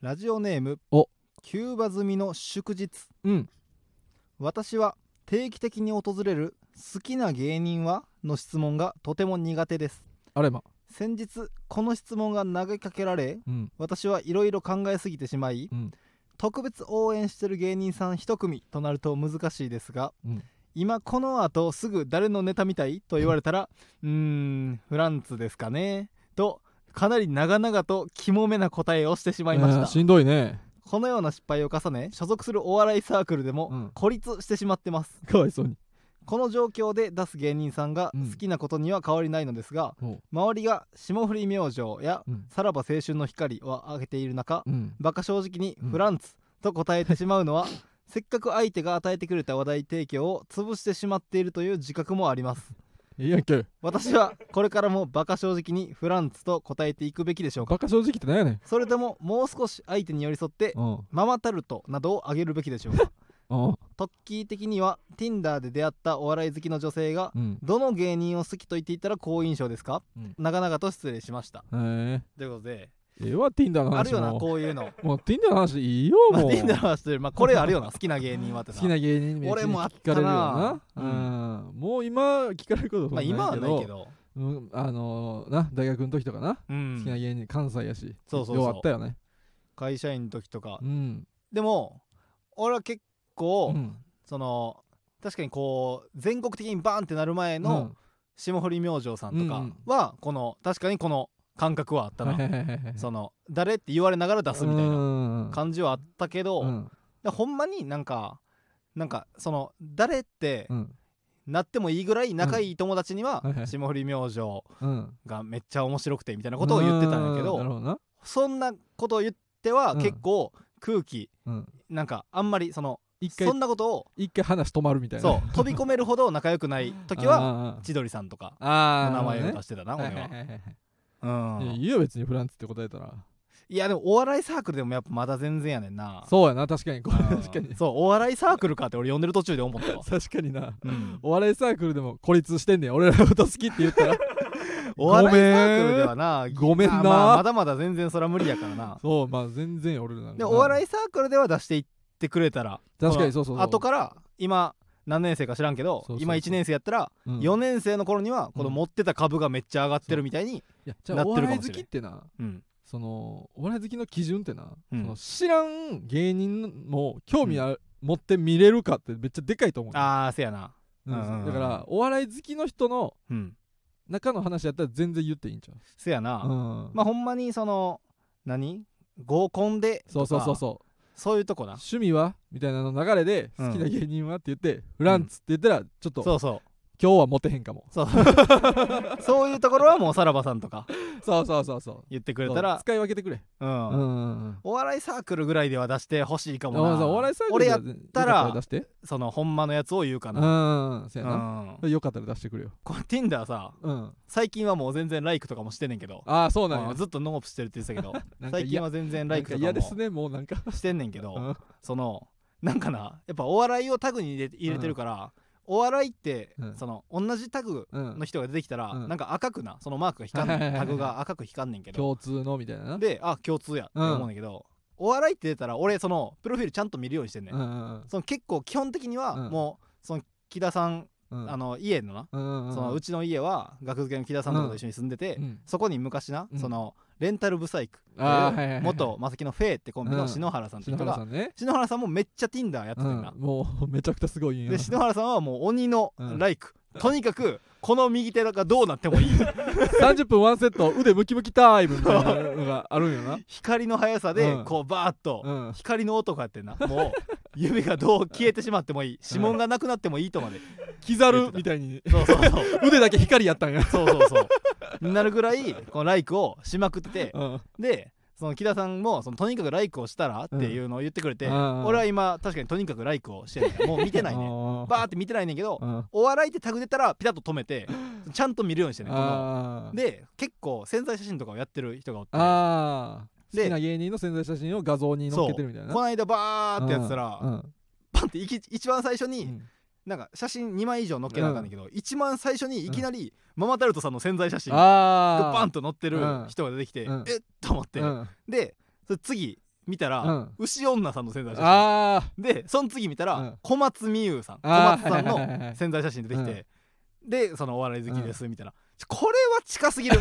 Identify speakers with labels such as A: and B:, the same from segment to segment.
A: ラジオネーム
B: お
A: キューバ済みの祝日
B: うん
A: 私は定期的に訪れる好きな芸人はの質問がとても苦手です
B: あれま
A: 先日この質問が投げかけられ
B: うん
A: 私はいろいろ考えすぎてしまい
B: うん
A: 特別応援してる芸人さん一組となると難しいですが、
B: うん
A: 今この後すぐ誰のネタ見たいと言われたらうーんフランツですかねとかなり長々とキモめな答えをしてしまいました、
B: えーしんどいね
A: このような失敗を重ね所属するお笑いサークルで
B: う
A: も
B: ん
A: 孤立してしまってます、
B: かわいそうに
A: この状況で出す芸人さんが
B: うん
A: 好きなことには変わりないのですが、
B: う
A: 周りが霜降り明星や
B: うん
A: さらば青春の光を挙げている中、
B: うん
A: バカ正直に
B: うん
A: フランツと答えてしまうのは、 せっかく相手が与えてくれた話題提供を潰してしまっているという自覚もあります
B: いいやんけ
A: 私はこれからもバカ正直にフランツと答えていくべきでしょうか
B: バカ正直ってなんやねん
A: それとももう少し相手に寄り添って
B: うん
A: ママタルトなどをあげるべきでしょうか
B: うん
A: トッキー的には Tinder で出会ったお笑い好きの女性が
B: うん
A: どの芸人を好きと言っていたら好印象ですか、
B: うん
A: 長々と失礼しました
B: えー
A: ということで
B: ええわ Tinder の話も
A: あるよなこういうの
B: もう Tinder の話でいいよ
A: まあ
B: もう
A: Tinder の話というよりまあこれあるよな好きな芸人はって
B: 好
A: な
B: きな芸人名
A: 俺もあっ
B: 聞か
A: た
B: れるよ
A: な
B: なうんもう今聞かれることそん
A: まあ
B: な
A: 今はないけど、
B: うんあのーな大学の時とかな
A: うん
B: 好きな芸人関西やし
A: そうそうそう
B: よあったよね
A: 会社員の時とか、
B: うん
A: でも俺は結構、
B: うん
A: その確かにこう全国的にバーンってなる前の霜降り明星さんと
B: う
A: か
B: ん
A: は、この確かにこの感覚はあった
B: うん
A: な、
B: はいはいはいはい
A: その誰って言われながら出すみたいな
B: な
A: 感じはあったけど、
B: うん
A: でほんまになんかなんかその誰って
B: うん
A: なってもいいぐらい仲いい友達には
B: うんはいはい
A: 霜降り明星
B: うん
A: がめっちゃ面白くてみたいなことを言ってたんやけ
B: うなる
A: ど
B: ほどな
A: そんなことを言っては
B: うん
A: 結構空気
B: うん
A: なんかあんまりその
B: 一回
A: そんなことを
B: 一回話止まるみたいな
A: そう飛び込めるほど仲良くない時は
B: は
A: 千鳥さんとか
B: あ
A: の
B: ー
A: 名前を
B: な
A: 出
B: る
A: してたな
B: ほどね
A: 俺は
B: はいはいはいはい
A: うん
B: いやいいよ別にフランツって答えたら
A: いやでもお笑いサークルでもやっぱまだ全然やねんな
B: そうやな確かにこれ
A: うん
B: 確かに
A: そうお笑いサークルかって俺呼んでる途中で思った わ
B: 確かにな
A: うん
B: お笑いサークルでも孤立してんねん俺らのこと好きって言っ たら
A: お笑いサークルではな
B: ごめんな
A: まあまだまだ全然それは無理やからな
B: そうまあ全然俺らなんか
A: で
B: な
A: お笑いサークルでは出していってくれたら
B: 確かにそうそうそう
A: 後から今何年生か知らんけど
B: そうそうそう
A: 今1年生やったら
B: うん
A: 4年生の頃にはこの持ってた株がめっちゃ上がってるみたいに
B: いやじゃ
A: なっ
B: あ
A: て
B: お
A: るか
B: 笑い
A: も
B: 好
A: しれん
B: きってな
A: うん
B: そのお笑い好きの基準ってな、
A: うん
B: その知らん芸人も興味ある、持って見れるかってめっちゃでかいと思うね、
A: ああせやな
B: うん
A: うんうんうん
B: だからお笑い好きの人の
A: うん
B: 中の話やったら全然言っていいんちゃう
A: せやな、
B: うん
A: まあほんまにその何合コンでとか
B: そうそうそうそう
A: そういうとこな
B: 趣味はみたいなの流れで
A: うん
B: 好きな芸人はって言って、フランツって言ったらちょっと
A: そうそ
B: 今日はモテへんかも
A: うそうそう いうところはもうさらばさんとか
B: そうそうそうそう
A: 言ってくれた ら
B: 使い分けてくれ
A: う、
B: うんんうんうん
A: お笑いサークルぐらいでは出してほしいかも
B: あ
A: な
B: そうお笑いサークル
A: 俺
B: で
A: や
B: は出
A: たら
B: よかっ出して
A: そのほんまのやつを言うか
B: うんう
A: な、
B: んうんそうやな、
A: ん
B: よかったら出してくれよ
A: これ Tinder さ
B: うん
A: 最近はもう全然ライクとかもしてんねんけど
B: ああそうなん
A: まあ
B: や
A: ずっとノープしてるって言ってたけど
B: なんか
A: 最近は全然ライクと
B: なんか嫌
A: か
B: です
A: も
B: ねもうなんか
A: してんねんけど、
B: うん
A: そのなんかなやっぱお笑いをタグに入れて入れてるから、お笑いって、
B: うん
A: その同じタグ
B: うん
A: の人が出てきたら、
B: うん
A: なんか赤くなそのマークが光ん
B: はいは
A: ね
B: い
A: ん
B: はいは
A: タ
B: い
A: グが赤く光んねんけど
B: 共通のみたいなな
A: であ共通やって思うんだけど、お笑いって出たら俺そのプロフィールちゃんと見るようにしてんねん、
B: うんうん
A: その結構基本的には
B: うん
A: もうその木田さん、
B: うん
A: あの家のな、
B: うんうんうん
A: そのうちの家は学付けの木田さんとかと一緒に住んでて、
B: うん
A: そこに昔な、
B: うん
A: そのレンタルブサイクっていう
B: あーはいはいはい
A: 元マセキのフェイってコンビ
B: う
A: の
B: ん
A: 篠原さんって
B: 篠
A: 人
B: 原
A: が、
B: さんね
A: 篠原さんもめっちゃ Tinder やってた
B: うんん
A: な、
B: もうめちゃくちゃすごいんや
A: で篠原さんはもう鬼の
B: うん
A: ライク、とにかくこの右手がどうなってもいい
B: 30分ワンセット腕ムキムキタイムみたいなのがあるんよな
A: 光の速さで
B: うん
A: こうバーッと、
B: うん
A: 光の男やってんな もう指がどう消えてしまってもいい指紋がなくなってもいいと まで
B: キザルみたいに
A: そうそうそう
B: 腕だけ光やったんや
A: そうそうそうになるぐらいこのライクをしまくってて
B: うん
A: でその木田さんもそのとにかくライクをしたらっていうのを言ってくれて、
B: うんあー
A: 俺は今確かにとにかくライクをしてんねんもう見てない ねバーって見てないねんけど
B: うん
A: お笑いってタグ出たらピタッと止めてちゃんと見るようにしてんねんこの
B: あー
A: で結構潜在写真とかをやってる人がおって
B: あー
A: で
B: 好きな芸人の宣材写真を画像に載っけてるみたいな
A: この間バーってやってたら、
B: うん
A: パンっていき一番最初に、
B: うん
A: なんか写真2枚以上載っけなあかんねんけど、一番最初にいきなりママタルトさんの宣材写真が
B: あー
A: バンと載ってる
B: うん
A: 人が出てきて、
B: うん
A: えっと思って、
B: うん
A: でそれ次見たら、
B: うん
A: 牛女さんの潜在写真
B: あ
A: でその次見たら、
B: うん
A: 小松美優さん
B: ー
A: 小
B: あ
A: 松さん
B: はい
A: の
B: はいはいはい
A: 潜在写真出てきて、でそのお笑い好きですみたいな、これは近 すぎる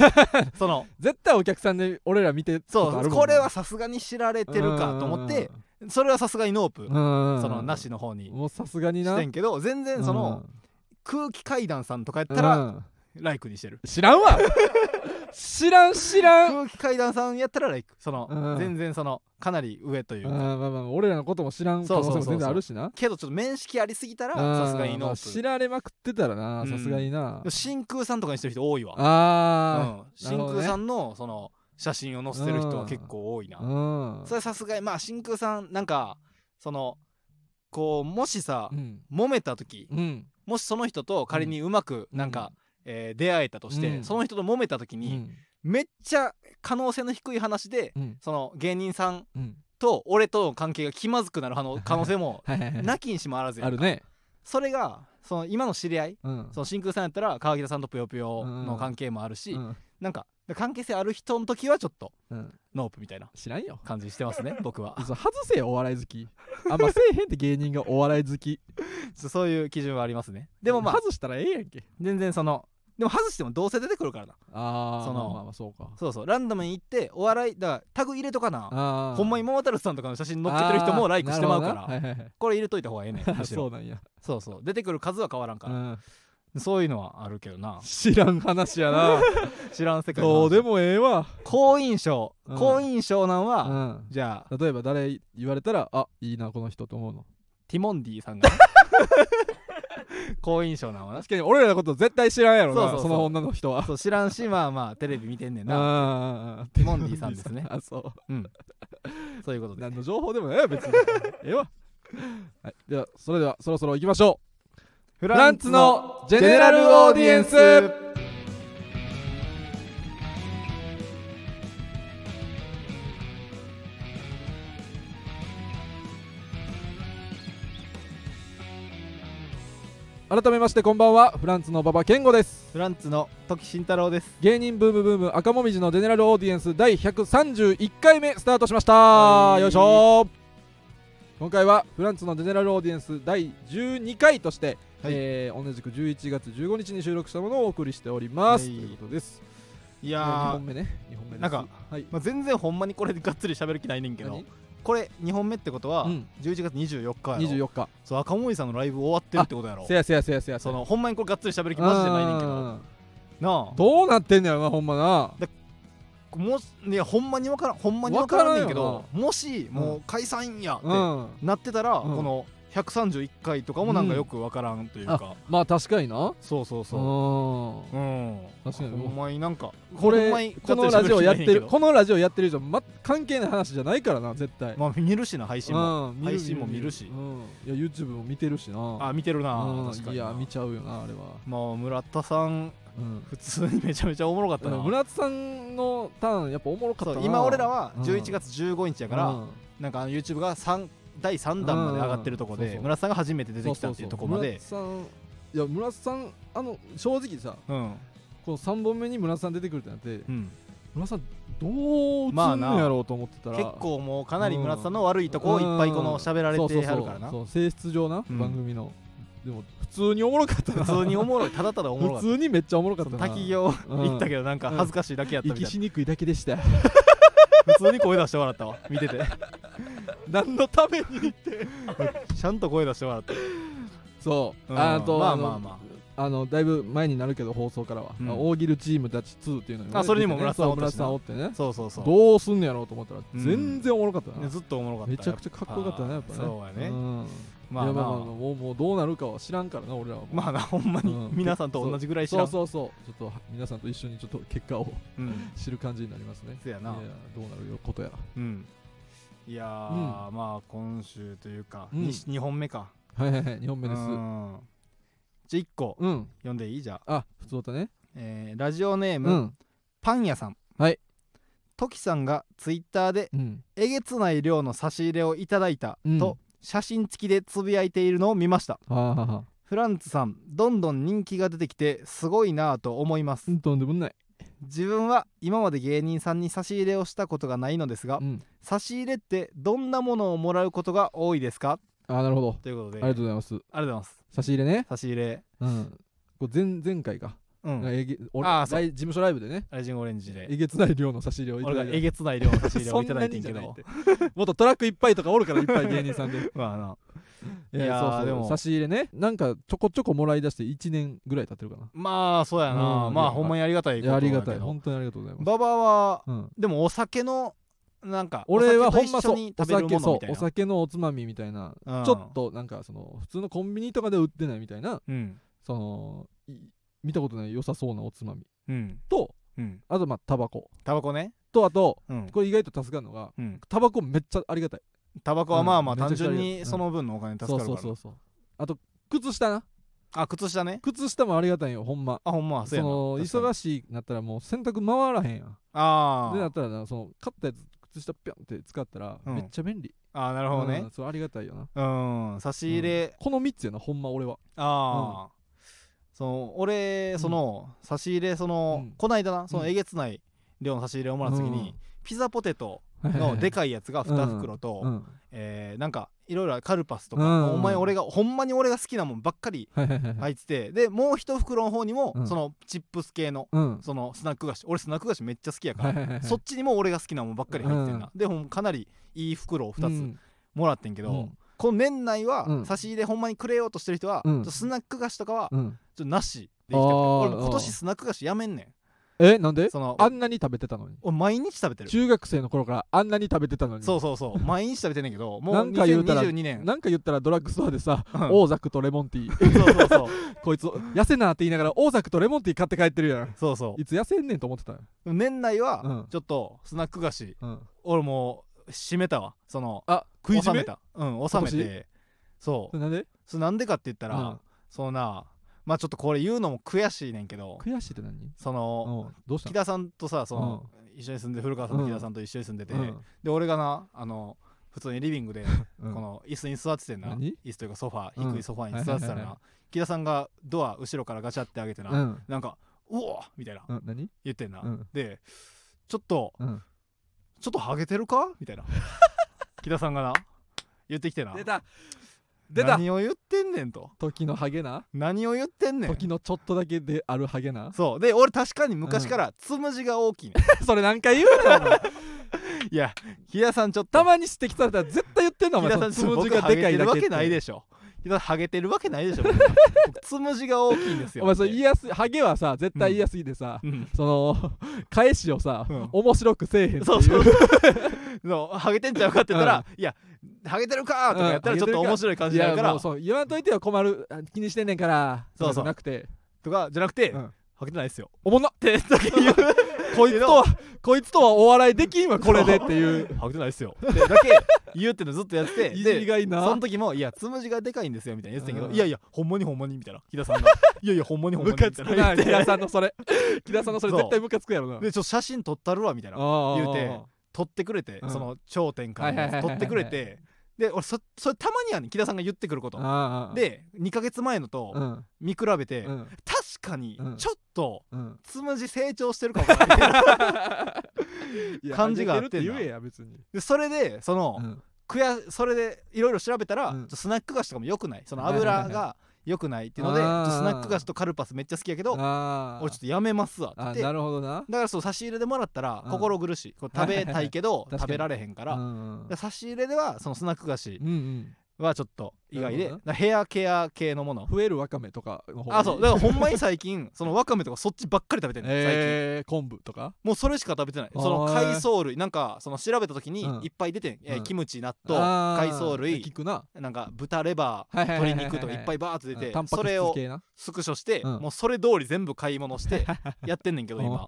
A: その
B: 絶対お客さんで俺ら見てた
A: そ
B: とあ
A: う
B: るもんな
A: これはさすがに知られてるかと思ってそれはさすがにノープ、
B: うんうんうん
A: そのなしの方に
B: もうさすがにな
A: してんけど全然その空気階段さんとかやった
B: う
A: ら
B: ん
A: ライクにしてる
B: 知らんわ知らん知らん
A: 空気階段さんやったらライクその
B: うん
A: 全然そのかなり上という
B: あー
A: か
B: まあまあまあ俺らのことも知らん可能性も全然あるしな
A: けどちょっと面識ありすぎたら
B: うん
A: さすがに
B: ま
A: ノ
B: あ
A: ー
B: 知
A: プ
B: られまくってたらな
A: うん
B: さすがにな
A: 真空さんとかにしてる人多いわ
B: あ
A: うん
B: な
A: 真
B: るほどね
A: 空さんのその写真を載せてる人は結構多い
B: あ
A: な
B: うん
A: それはさすがにまあ真空さんなんかそのこうもしさ
B: うん
A: 揉めた時
B: うん
A: もしその人と仮にうまくなんか、えー出会えたとして、
B: うん
A: その人と揉めた時
B: う
A: に、
B: ん
A: めっちゃ可能性の低い話で
B: うん
A: その芸人さん
B: うん
A: と俺との関係が気まずくなる可能可能性 も
B: はいはいはい
A: なきにしもあらずや
B: あ
A: んか
B: るね
A: それがその今の知り合い
B: うん
A: その真空さんやったら川北さんとぷよぷよの関係もあるし、
B: うん
A: なんか関係性ある人の時はちょっと
B: うん
A: ノープみたいな
B: 知らんよ
A: 感じしてます ね僕は
B: そう外せよお笑い好きあんませえへんって芸人がお笑い好き
A: そそういう基準はありますねでもまあ
B: 外したらええやんけ
A: 全然そのでも外してもどうせ出てくるからな
B: ああ
A: その
B: まあまあそうか
A: そうそうランダムに行ってお笑いだからタグ入れとかな
B: あー
A: ほんまに桃太郎さんとかの写真載っけてる人もライクしてまうか
B: あーな
A: ら
B: るほどなはいはいはい
A: これ入れといた方がええ ねんむし
B: そ
A: ろ
B: うなんや、
A: そうそう出てくる数は変わらんか
B: う
A: ら
B: ん
A: そういうのはあるけどな
B: 知らん話や な
A: 知らん世界の話
B: どうでもええわ、
A: 好印象
B: うん
A: 好印象なん
B: う
A: は
B: ん、
A: じゃあ
B: 例えば誰言われたらあいいなこの人と思うの
A: ティモンディさ んが好印象なんはな
B: 確かに俺らのこと絶対知らんやろな
A: そ
B: そう
A: そうそう
B: の女の人は
A: そう知らんしまあまあテレビ見てんねんな
B: あ
A: ティモンディさんです ね
B: あそ
A: そういうこと
B: う
A: で
B: 何の情報でもないよ別にええわ、はい、ではそれではそろそろ行きましょ
A: フ
B: うフランツのジェネラルオーディエンス改めましてこんばんはフランツの馬場健吾です
A: フランツの時慎太郎です
B: 芸人ブームブーム赤もみじのジェネラルオーディエンス第131回目スタートしました、
A: はい
B: よいしょ今回はフランツのジェネラルオーディエンス第12回として、
A: はい
B: えー同じく11月15日に収録したものをお送りしております、
A: はい
B: ということです
A: い
B: 2
A: やー
B: 本目ね2本目です
A: なんか、
B: はい
A: まあ、全然ほんまにこれでがっつり喋る気ないねんけど
B: 何
A: これ2本目ってことは
B: うん
A: 11月24日やろ
B: 24日
A: そう赤森さんのライブ終わってるってことやろ
B: せやせやせやせや
A: そのほんまにこれがっつり喋る気マジでないねんけど
B: あ
A: な
B: ーどうなってんだよなほんまな
A: あもしいやほんまに分からんほんまに分
B: わ
A: か
B: から
A: ら
B: ん
A: んね
B: よ
A: んけ
B: な
A: どもしもう解散やって
B: うん
A: なってたら、
B: うん
A: この131回とかもなんかよく分からんというか、
B: まあ確かにな
A: そうそうそう
B: そ
A: うん
B: 確かに
A: ほんまになんか
B: こ
A: ほん
B: れ
A: まに
B: このラジオやってる
A: こ
B: このラジオやってる以上、ま、関係ない話じゃないからな絶対、
A: まあ見るしな配信も
B: うん
A: 配信も見るし
B: うん、いや YouTube も見てるしな
A: あ見てるな、
B: うん
A: 確かに
B: い
A: な
B: や見ちゃうよなあれは、
A: まあ村田さん
B: うん
A: 普通にめちゃめちゃおもろかったな
B: 村津さんのターンやっぱおもろか
A: そ
B: ったな
A: う今俺らは
B: うん
A: 11月15日やから、
B: うん
A: なんかあの YouTube が三第3弾まで上がってるとこ
B: うんそう
A: で
B: そう
A: 村田さんが初めて出てきたっていうとこまで
B: そうそうそう村津さんいや村津さんあの正直さ
A: うん
B: この3本目に村津さん出てくるってなって
A: うん
B: 村津さんどう映ん
A: まあな
B: のやろうと思ってたら、
A: 結構もうかなり村田さんの悪いとこをいっぱいこの喋られてやるからな
B: そうそうそうそう性質上な、
A: うん
B: 番組のでも普通におもろかったな
A: 普通におもろいただただおもろかっ
B: 普通にめっちゃおもろか
A: た
B: っ
A: そ
B: た
A: の
B: な
A: 滝行
B: うん
A: 行ったけどなんか恥ずかしいだけやったみ
B: 息
A: たい
B: しにくいだけでした
A: な普通に声出して笑ったわ見てて
B: 何のために
A: ちゃんと声出して笑った
B: そう、
A: うん
B: あと
A: まあ
B: の
A: まあま
B: あのだいぶ前になるけど放送からは、
A: うん
B: 大喜利チームたち2っていうのがね
A: あそれにも
B: 出て
A: 村
B: ね
A: 瀬さんおったしな
B: 村瀬さんおってね
A: そうそうそう
B: どうすんのやろうと思ったら
A: うん
B: 全然おもろかったな、
A: ねずっとおもろかった
B: めちゃくちゃかっこよかったねやっぱね
A: そうやね
B: ん
A: まあ
B: いやまあま
A: な
B: あもうもうどうなるかは知らんからな俺らはもう
A: まあなほんまに
B: うん
A: 皆さんと同じぐらい知
B: そ
A: ら
B: うんそうそうちょっとは皆さんと一緒にちょっと結果を
A: うん
B: 知る感じになりますね
A: そやない
B: やどうなることやら
A: うんいやーまあ今週というか
B: うん
A: 2本目か
B: はいはいはい2本目です
A: うんじゃあ1個
B: うん
A: 読んでいいじゃあ
B: あ普通だったね
A: えーラジオネー
B: う
A: ム
B: ん
A: パン屋さん
B: はい
A: トキさんがツイッターで
B: うん
A: えげつない量の差し入れをいただいた
B: うん
A: と写真付きでつぶやいているのを見ました
B: はあはあはあ
A: フランツさんどんどん人気が出てきてすごいなぁと思います
B: うんとんでもない
A: 自分は今まで芸人さんに差し入れをしたことがないのですが
B: うん、
A: 差し入れってどんなものをもらうことが多いですか
B: あなるほど
A: ということで
B: ありがとうございます
A: ありがとうございます
B: 差し入れね、
A: 差し入れ
B: うん、これ前前回か、
A: うん
B: えげ俺
A: あーそう
B: ライ事務所ライブでね
A: ライジングオレンジで
B: えげつない量の差し入れをいた
A: 俺
B: だ
A: が
B: い
A: え
B: て
A: げつない量の差し入れをいただいてんけ
B: そな
A: ど
B: にじゃないってもっとトラックいっぱいとかおるからいっぱい芸人さんで
A: まああの
B: い
A: いやー
B: そうそう
A: でも
B: 差し入れねなんかちょこちょこもらい出して1年ぐらい経ってるかな
A: まあそうやな、
B: うん
A: まあほんまにありがたい
B: い
A: こと
B: やあ
A: だけ
B: り
A: ど
B: がたい本当にありがとうございます、
A: ババアは
B: うん、
A: でもお酒のなんか
B: 俺はほんま
A: お酒
B: そ
A: と一緒に食べ
B: うお
A: る
B: 酒
A: もの
B: そ
A: みた
B: う
A: い
B: お
A: な
B: 酒のおつまみみたいな、
A: うん
B: ちょっとなんかその普通のコンビニとかでは売ってないみたいな
A: うん
B: そのい見たことない良さそうなおつまみ
A: うん
B: と
A: うん
B: あとまあタバコ
A: タバコね
B: とあと
A: うん
B: これ意外と助かるのが
A: うん
B: タバコめっちゃありがたい
A: タバコはまあまあ
B: うん
A: 単
B: めちゃくちゃ
A: 純
B: あり
A: に
B: がたい
A: その分のお金助か
B: そ
A: る
B: う
A: から
B: そうそうそうあと靴下な
A: あ靴下ね
B: 靴下もありがたいよほんま
A: あほんま
B: そ
A: そうやな
B: の
A: 確かに
B: 忙しいなったらもう洗濯回らへんやん
A: あ
B: でな
A: ー
B: ったらなその買ったやつ靴下ぴょんって使ったら
A: うん
B: めっちゃ便利、
A: あーなるほど
B: う
A: ね
B: んそうありがたいよな
A: うん、差し入れ、
B: この3つやなほんま俺は
A: ああ、その俺その、差し入れその、
B: うん
A: こないだなそうの
B: ん
A: えげつない量の差し入れをもらった時に、
B: う
A: ピザポテトのでかいやつが2袋と、
B: うんは
A: えーなんかいろいろカルパスとか、
B: うん
A: お前俺がほんまに俺が好きなもんばっかり
B: いはいはいはい
A: 入ってて、でもう一袋の方にも、
B: うん
A: そのチップス系の
B: うん
A: そのスナック菓子俺スナック菓子めっちゃ好きやから、
B: はいはいはいはい
A: そっちにも俺が好きなもんばっかり入ってんな、でほんまかなりいい袋を
B: う
A: 2つ
B: ん
A: もらってんけど、
B: うん
A: この年内
B: う
A: は
B: ん
A: 差し入れほんまにくれようとしてる人は、
B: うん
A: ちょっとスナック菓子とかはちょ
B: うん
A: っとなしでいきたい
B: あー
A: 俺も今年スナック菓子やめんね
B: えなんで
A: んその
B: あんなに食べてたのに
A: 俺毎日食べてる
B: 中学生の頃からあんなに食べてたのに
A: そうそう そう毎日食べてんねんけどもう
B: なんか言うたら
A: 2022年
B: なんか言ったらドラッグストアでさ
A: うん
B: オーザクとレモンティー
A: そうそうそう
B: こいつ痩せなって言いながらオーザクとレモンティー買って帰ってるやん
A: そうそう
B: いつ痩せんねんと思ってたよ
A: でも年内
B: う
A: は
B: ん
A: ちょっとスナック菓子、
B: うん
A: 俺もう閉めたわその
B: あ食い
A: 収
B: 締
A: め
B: め
A: たうん収め
B: 今
A: てそ
B: そうれなんで
A: それなんでかって言ったら、
B: うん
A: そのなまあちょっとこれ言うのも悔しいねんけど
B: 悔しいって何
A: その
B: うんどうした
A: 木
B: の
A: 田さんとさその、一緒に住んで古川さんと木田さんと一緒に住んでて、で俺がなあの普通にリビングで
B: うん
A: この椅子に座っててんな、
B: 何
A: 椅子というかソファ
B: うん
A: ー低いソファーに座ってたら
B: はいはいはい
A: な木田さんがドア後ろからガチャって開けてな、
B: うん
A: なんか「うおーみたいな
B: うん何
A: 言ってんな、
B: うん
A: でちょっと
B: うん
A: ちょっとハゲてるかみたいな木田さんがな言ってきてな
B: 出た出た
A: 何を言ってんねんと
B: 時のハゲな
A: 何を言ってんねん
B: 時のちょっとだけであるハゲ な
A: そうで俺確かに昔からつむじが大きいね、
B: それ何回言うのお前
A: いや木田さんちょっと
B: たまに指摘されたら絶対言ってんのお
A: 木
B: 前
A: 田さん
B: そ
A: つ
B: の
A: む
B: つむ
A: じ
B: じ
A: が
B: が
A: で
B: で
A: か
B: か
A: い
B: いだ
A: わ
B: けっ
A: け
B: て
A: ないでしょ木田さんハゲてるわけないでしょ僕つむじが大きいんですよ
B: お前それ言い
A: い
B: やすいハゲはさ絶対言いやすいでさ
A: うん
B: その 返しをさ
A: うん
B: 面白くせえへんってい
A: そうそうそう そうハゲてんちゃうかって言ったら、いやハゲてるかーとかやったらちょっと面白い感じになるか
B: いや
A: ら、
B: もうそう言わんといてよ困るあ気にしてんねんから
A: そうそう
B: じゃなくて
A: とかじゃなくて、
B: うん
A: ハゲてないっすよ
B: おもん な
A: ってだけ言う
B: こいつとはこいつとはお笑いできんわこれでっていう
A: ハゲてないっす よってだけ言うってのずっとやってて
B: いじり
A: で
B: がい い
A: そ
B: な
A: の時も「いやつむじがでかいんですよ」みたいな言ってたけど「
B: うん
A: いやいやほんまにほんまに」みたいな木田さ んが「いやいやほんまにほんま
B: ム
A: に」
B: カ
A: み
B: つ
A: たい
B: く
A: な
B: な
A: 言っ
B: 木
A: て
B: 田さんのそれ木田さんのそれ
A: そう
B: 絶対ムカつくやろな
A: でちょっと写真撮ったるわみたいな
B: 言
A: 言うて撮ってくれて
B: うん
A: その頂点からのやつ
B: はいはいはい
A: 撮
B: はい
A: ってくれてで俺そそれたまにはね木田さんが言ってくることで2ヶ月前の
B: う
A: と
B: ん
A: 見比べて
B: うん
A: 確かに
B: うん
A: ちょっと
B: うん
A: つむじ成長してるかもしれ ない
B: い や
A: 感じがあってんな
B: 言えや別に
A: でそれでその
B: うん
A: くやそれでいろいろ調べたら、
B: うん
A: ちょっとスナック菓子とかも良くないその
B: はいはいはいはい
A: 油が良くないっていうので、
B: あー
A: ちょっとスナック菓子とカルパスめっちゃ好きやけど
B: あー
A: 俺ちょっとやめますわ
B: あ
A: ってだ
B: な
A: か
B: るほどな
A: らそう差し入れでもらったら
B: うん
A: 心苦しい、こう食べたいけど
B: はいはいはい
A: 食べられへんから,、
B: うん
A: 差し入れではそのスナック菓子
B: うんうん
A: はちょっと意外で、
B: なるほ
A: だからヘアケア系のもの
B: 増えるわかめとかの方がいい
A: あそうだからほんまに最近 そのわかめとかそっちばっかり食べてんの、最近
B: えー昆布とか
A: もうそれしか食べてないその
B: あー
A: 海藻類なんかその調べた時に
B: うん
A: いっぱい出てん、えー
B: うん
A: キムチ納豆
B: あー
A: 海藻類
B: 聞くな
A: なんか豚レバー、
B: はいはいはいはいはい
A: 鶏肉とかいっぱいバーッと出て、
B: タンパ
A: そ
B: ク
A: れ
B: 質
A: を
B: 系な
A: スクショして、
B: うん
A: もうそれ通り全部買い物して やってんねんけど今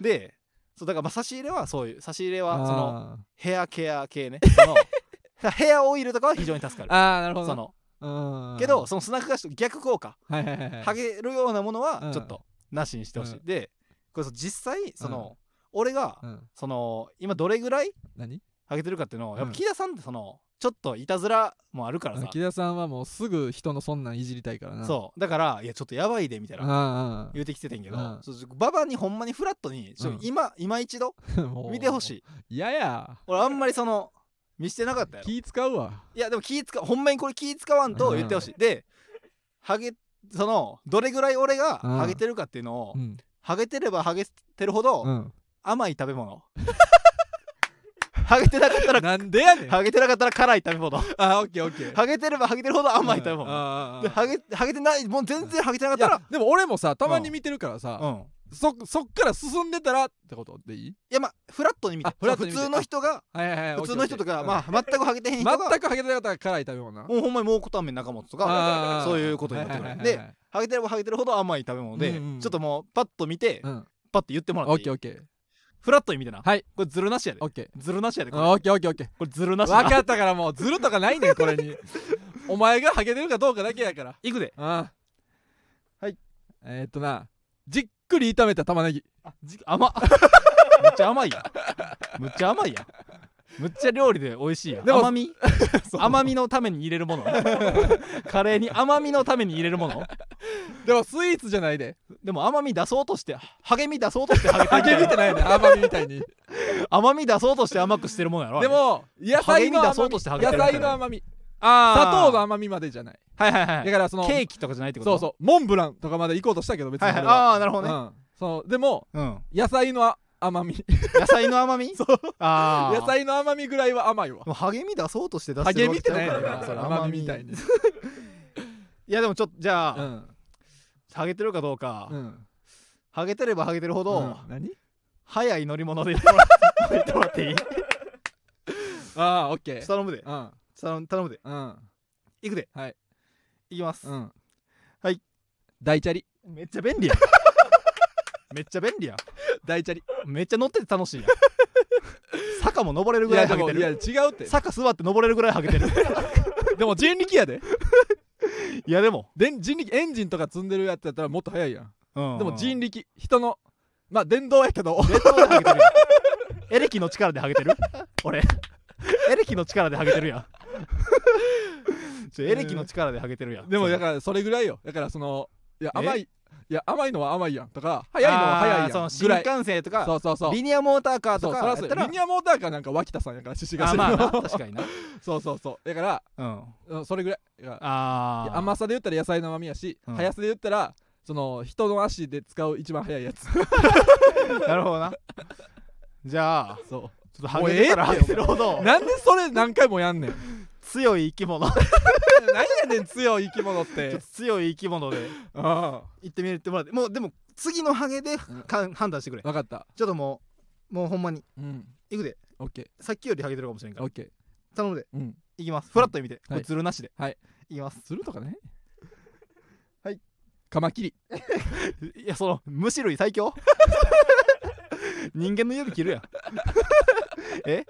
A: でそうだからまあ差し入れはそういう差し入れはその
B: あー
A: ヘアケア系ねその だからヘアオイルとかは非常に助かる
B: あーなるほど
A: そ
B: な
A: の
B: うん
A: けどそのスナック菓子と逆効果
B: はいはいはい
A: ハゲるようなもの
B: う
A: は
B: ん
A: ちょっとなしにしてほしい、
B: うん
A: でこれそう実際その、俺が
B: うん
A: その今どれぐらい
B: 何
A: ハゲてるかっていうのをやっ
B: うん
A: ぱ木田さんってそのちょっといたずらもあるからさ、
B: 木田さんはもうすぐ人のそんなんいじりたいからなう
A: そうだからいやちょっとやばいでみたいな
B: あ
A: 言うてきててんけど、
B: うん
A: そうババにほんまにフラットにちょ
B: うん
A: 今今一度
B: あもう
A: 見てほしい
B: いやや
A: 俺あんまりその見してなかったやろ
B: 気使うわ
A: いやでも気使うほんまにこれ気使わんと言ってほしい、でハゲそのどれぐらい俺が
B: うん
A: ハゲてるかっていうのを、
B: うん
A: ハゲてればハゲてるほど、
B: うん
A: 甘い食べ物 ハゲてなか ったら
B: なんでやねん
A: ハゲてなかったら辛い食べ 物
B: あオッケーオッケー
A: ハゲてればハゲてるほど甘い食べ
B: うん
A: 物
B: あ
A: で
B: ーあーあ
A: ハゲハゲてないもう全然ハゲてな
B: ーい
A: かった
B: やでも俺もさたまに見てるから
A: らう
B: さ
A: ん
B: そそっから進んでたらってことでいい
A: いやまあフラットに見て
B: あフラットに
A: 普
B: 見て
A: 通の人が
B: はいはいはい
A: 普通の人とか
B: あ
A: まあ全くハゲてへん人が
B: 全くハゲてなかったら辛い食べ物な
A: もうほんまに蒙古タンメン中本とか
B: あー
A: そういうことになってく
B: はい
A: る
B: はいはい
A: で
B: はい
A: ハゲてればハゲてるほど甘い食べ物で、
B: うんうん
A: ちょっともうパッと見て、
B: うん
A: パッと言ってもら
B: オ
A: ってい
B: ッケ
A: い
B: ーオッケー
A: フラットに見てな、
B: はい
A: これズルなしやで
B: オッケー
A: ズルなしやでこれ
B: オッケーオッケーオッケー
A: これズルなし
B: 分
A: な
B: かったからもうズルとかないねんこれ にお前がハゲてるかどうかだけやから
A: いくで
B: ああ
A: はい
B: えー、っとなじっくり炒めた玉ねぎ
A: じ甘っむっちゃ甘いやんむっちゃ甘いやんむっちゃ料理で美味しいやん
B: でも
A: 甘 み甘みのために入れるもの カレーに甘みのために入れるもの
B: でもスイーツじゃないで
A: でも甘み出そうとして励み出そうとして励
B: ハ
A: み
B: ゲ見てな いね甘みみたいに
A: 甘み出そうとして甘くしてるものやろ
B: でも野
A: ハゲみ
B: 菜の
A: 出
B: 甘
A: そう
B: み
A: としてハゲて
B: 野
A: るみたいな
B: 菜の甘み砂
A: あー
B: 糖の甘みまでじゃない
A: はいはいは
B: だ
A: い
B: からその
A: ケーキとかじゃないってこと
B: そうそうモンブランとかまで行こうとしたけど別に
A: はいはい
B: 俺は
A: ああーなるほどね、
B: うん、そうでも
A: うん、
B: 野菜のあ甘み
A: 野菜の甘み
B: そう
A: ああ
B: 野菜の甘みぐらいは甘いわ
A: もう励み出そうとして出し
B: ハ
A: て
B: ゲ
A: るわ
B: 見
A: け
B: て
A: ちゃう
B: ないねん
A: から
B: なそれ甘みみたいに
A: いやでもちょっとじゃあ、
B: うん
A: ハゲてるかどうか、
B: うん
A: ハゲてればハゲてるほど、
B: ん何
A: 速い乗り物 で言ってもらって言ってもらっていい
B: ああオッケ ー
A: 頼むで
B: うん
A: 頼む頼むで
B: うん
A: いくで
B: はい
A: いきます、
B: うん
A: はい
B: 大チャリ
A: めっちゃ便 利やめっちゃ便利や
B: 大チャリ
A: めっちゃ乗ってて楽しい やん坂も登れるぐらいハゲて
B: いや
A: る
B: でもいや違うって
A: 坂座って登れるぐらいハゲて る
B: でも人力やで
A: いやでも、
B: で人力エンジンとか積んでるやつやったらもっと速いやん
A: うん
B: でも人力人のまあ電動やけど
A: 熱湯でハゲてるやん エレキの力でハゲてる俺エレキの力でハゲてる やんちょエレキの力でハゲてるやん
B: でもだ
A: ら
B: からそれぐらいよだからそのいや
A: え
B: 甘いいや甘いのは甘いやんとか速いのは速いやん
A: そ
B: ぐら
A: の
B: い
A: 新幹線とか
B: そうそうそう
A: リニアモーターカー
B: そ
A: と
B: う
A: か
B: そ
A: や
B: ら
A: っ
B: そう
A: た
B: や
A: ら
B: リニアモーターかなんか脇田さんやから獅子頭
A: あまあな
B: の
A: 確かにな
B: そうそうそうだから
A: うん
B: うんそれぐらいだから
A: あー
B: 甘さで言ったら野菜の甘みやし、
A: うん
B: 速さで言ったらその人の足で使う一番速いやつ
A: なるほどなじゃあ
B: そ
A: ちょっとハゲてたら
B: も
A: ハ
B: うええ
A: ゲ
B: って
A: てるほど
B: う なんでそれ何回もやんねん
A: 強い生き物ちょ
B: 何やねん強い生き物っ
A: って と強い生き物で
B: ああ
A: 行ってみてもらってもうでも次のハゲでかん判断してくれ
B: 分かった
A: ちょっともうもうほんまに
B: うん
A: いくで
B: オッケ
A: さっきよりハゲてるかもしれんか
B: ー
A: ら
B: オッケー
A: 頼むで
B: うん
A: いきますフラットに見て、こ
B: は
A: れ
B: い
A: ズルなしで
B: はい
A: いきます
B: するとかね
A: はい
B: カマキリ
A: いやその虫類最強人間の指切るやんえ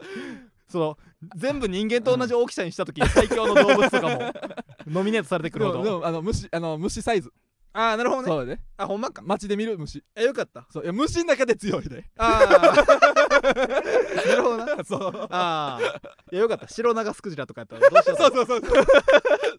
A: その全部人間と同じ大きさにした時、最強の動物とかもノミネートされてく
B: で
A: るほ
B: もで
A: ど
B: もあの虫あの虫サイズ
A: ああなるほ
B: そうだね
A: あほんまか
B: 街で見る虫
A: えよかった
B: そういや虫の中で強いで
A: ああなるほどな
B: そう
A: ああいやよかった白長スクジラとかやったらどうしよう
B: そう
A: と
B: そうそうそう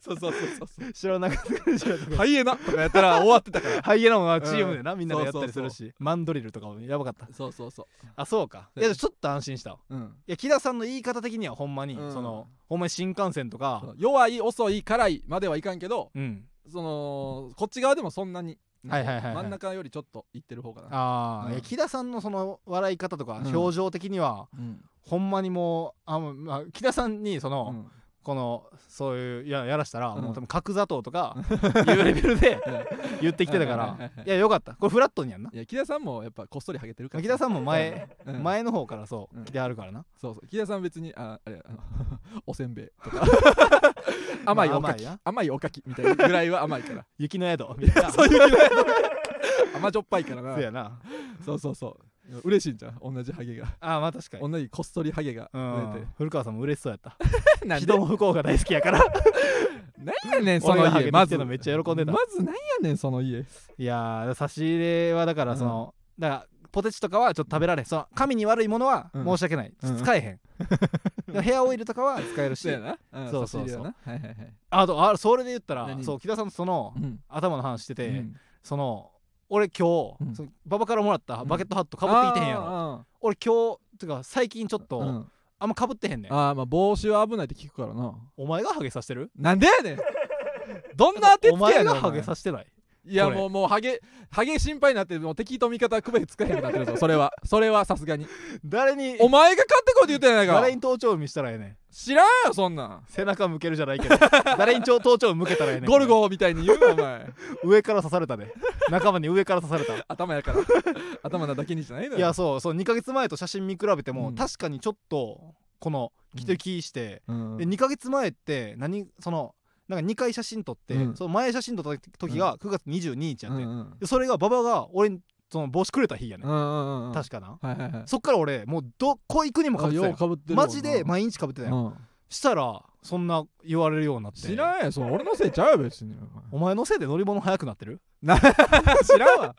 B: そうそうそうそう
A: 白長スクジラとか
B: ハイエナとかやったら終わってたから
A: ハイエナもなチームでな、みんなでやったりす
B: そうそ
A: る
B: う
A: しマンドリルとかもやばかった
B: そうそうそ
A: あそうかいやちょっと安心したわ
B: ううん
A: いや木田さんの言い方的にはほんまに、
B: うん
A: そのほんまに新幹線とか
B: そう弱い遅い辛いまではいかんけど
A: うん
B: そのこっち側でもそんなに
A: はいはいはいはい
B: 真ん中よりちょっといってる方かな
A: ああ、
B: うん
A: いや木田さんのその笑い方とか
B: うん
A: 表情的には、
B: うん
A: ほんまにもうあ、もうまあ、木田さんにその、
B: うん
A: このそういうややらしたら、
B: うん
A: もう多分角砂糖とかいうレベル で言ってきてたか
B: はいはいは
A: ら
B: いはい
A: いやよかったこれフラットにやんない
B: や木田さんもやっぱこっそりハゲてるから
A: 木田さんも前、
B: うん
A: 前の方からそう、
B: うん
A: 来てあるからな
B: そうそう木田さん別にああれあの おせんべいと か甘いおかき、
A: まあ甘いな
B: 甘いおかきみたいなぐらいは甘いから
A: 雪の宿みたいな
B: そういう気ない甘じょっぱいから
A: そうや
B: な
A: な
B: そうそうそう嬉しいんじゃん同じハゲが
A: あーまあ確かに、
B: 同じこっそりハゲが
A: う
B: 出
A: ん、古川さんも嬉しそうやった
B: て なんで
A: 人も不幸が大好きやから
B: なんやねんそ
A: 俺
B: の
A: がハゲて
B: 家ま
A: きて
B: ず
A: るのめっちゃ喜んでた
B: まずなんやねんその家
A: いやー差し入れはだからその、だからポテチとかはちょっと食べられへんその髪に悪いものは
B: うん
A: 申し訳ない、
B: うん
A: 使えへんでもヘアオイルとかは使えるし
B: そうやなうん
A: そうそうそう
B: 差し入れはなはいはいはい
A: あとあそれで言ったら
B: 何
A: そう木田さんとその、
B: うん
A: 頭の話してて、
B: うん
A: その俺今日、
B: うん
A: その馬場からもらったバケットハットかぶっていてへんやろ、
B: あ
A: 俺今日てか最近ちょっと、
B: ーうん
A: あんまかぶってへんねん
B: あーまあ帽子は危ないって聞くからな
A: お前がハゲさせてる
B: なんでや ねんどんな当てつ
A: お
B: けや
A: 前
B: ねん
A: が
B: お
A: ハゲさせてない
B: いや
A: これ
B: もうもうハゲハゲ心配になってもう敵と味方区別つかへんくなってるぞそれはそれはさすがに
A: 誰に
B: お前が買ってこいって言ってないから
A: 誰に頭頂部見したらええねん
B: 知らんよそんなん
A: 背中向けるじゃ ないけど誰に頭頂部向けたらええねん
B: ゴルゴみたいに言うなお前
A: 上から刺されたで仲間に上から刺された
B: 頭やから頭なだけにじゃないのよ
A: いやそうそう2ヶ月前と写真見比べても、
B: うん
A: 確かにちょっとこの着てきして、
B: うん
A: で2ヶ月前って何そのなんか2回写真撮って、
B: うん
A: その前写真撮った時が9月22日や
B: う
A: っ
B: ん
A: て、
B: うん
A: でそれが馬場が俺にその帽子くれた日やね、
B: うんうんうんうん
A: 確かな、
B: はいはいはい
A: そっから俺もうどこ行くにもかぶってた
B: よう
A: よ
B: かぶってるもんな
A: マジで毎日かぶってたよ、
B: うん
A: したらそんな言われるようになって
B: 知らんやその俺のせいちゃうよ 別に
A: お前のせいで乗り物速くなってる
B: 知らん わ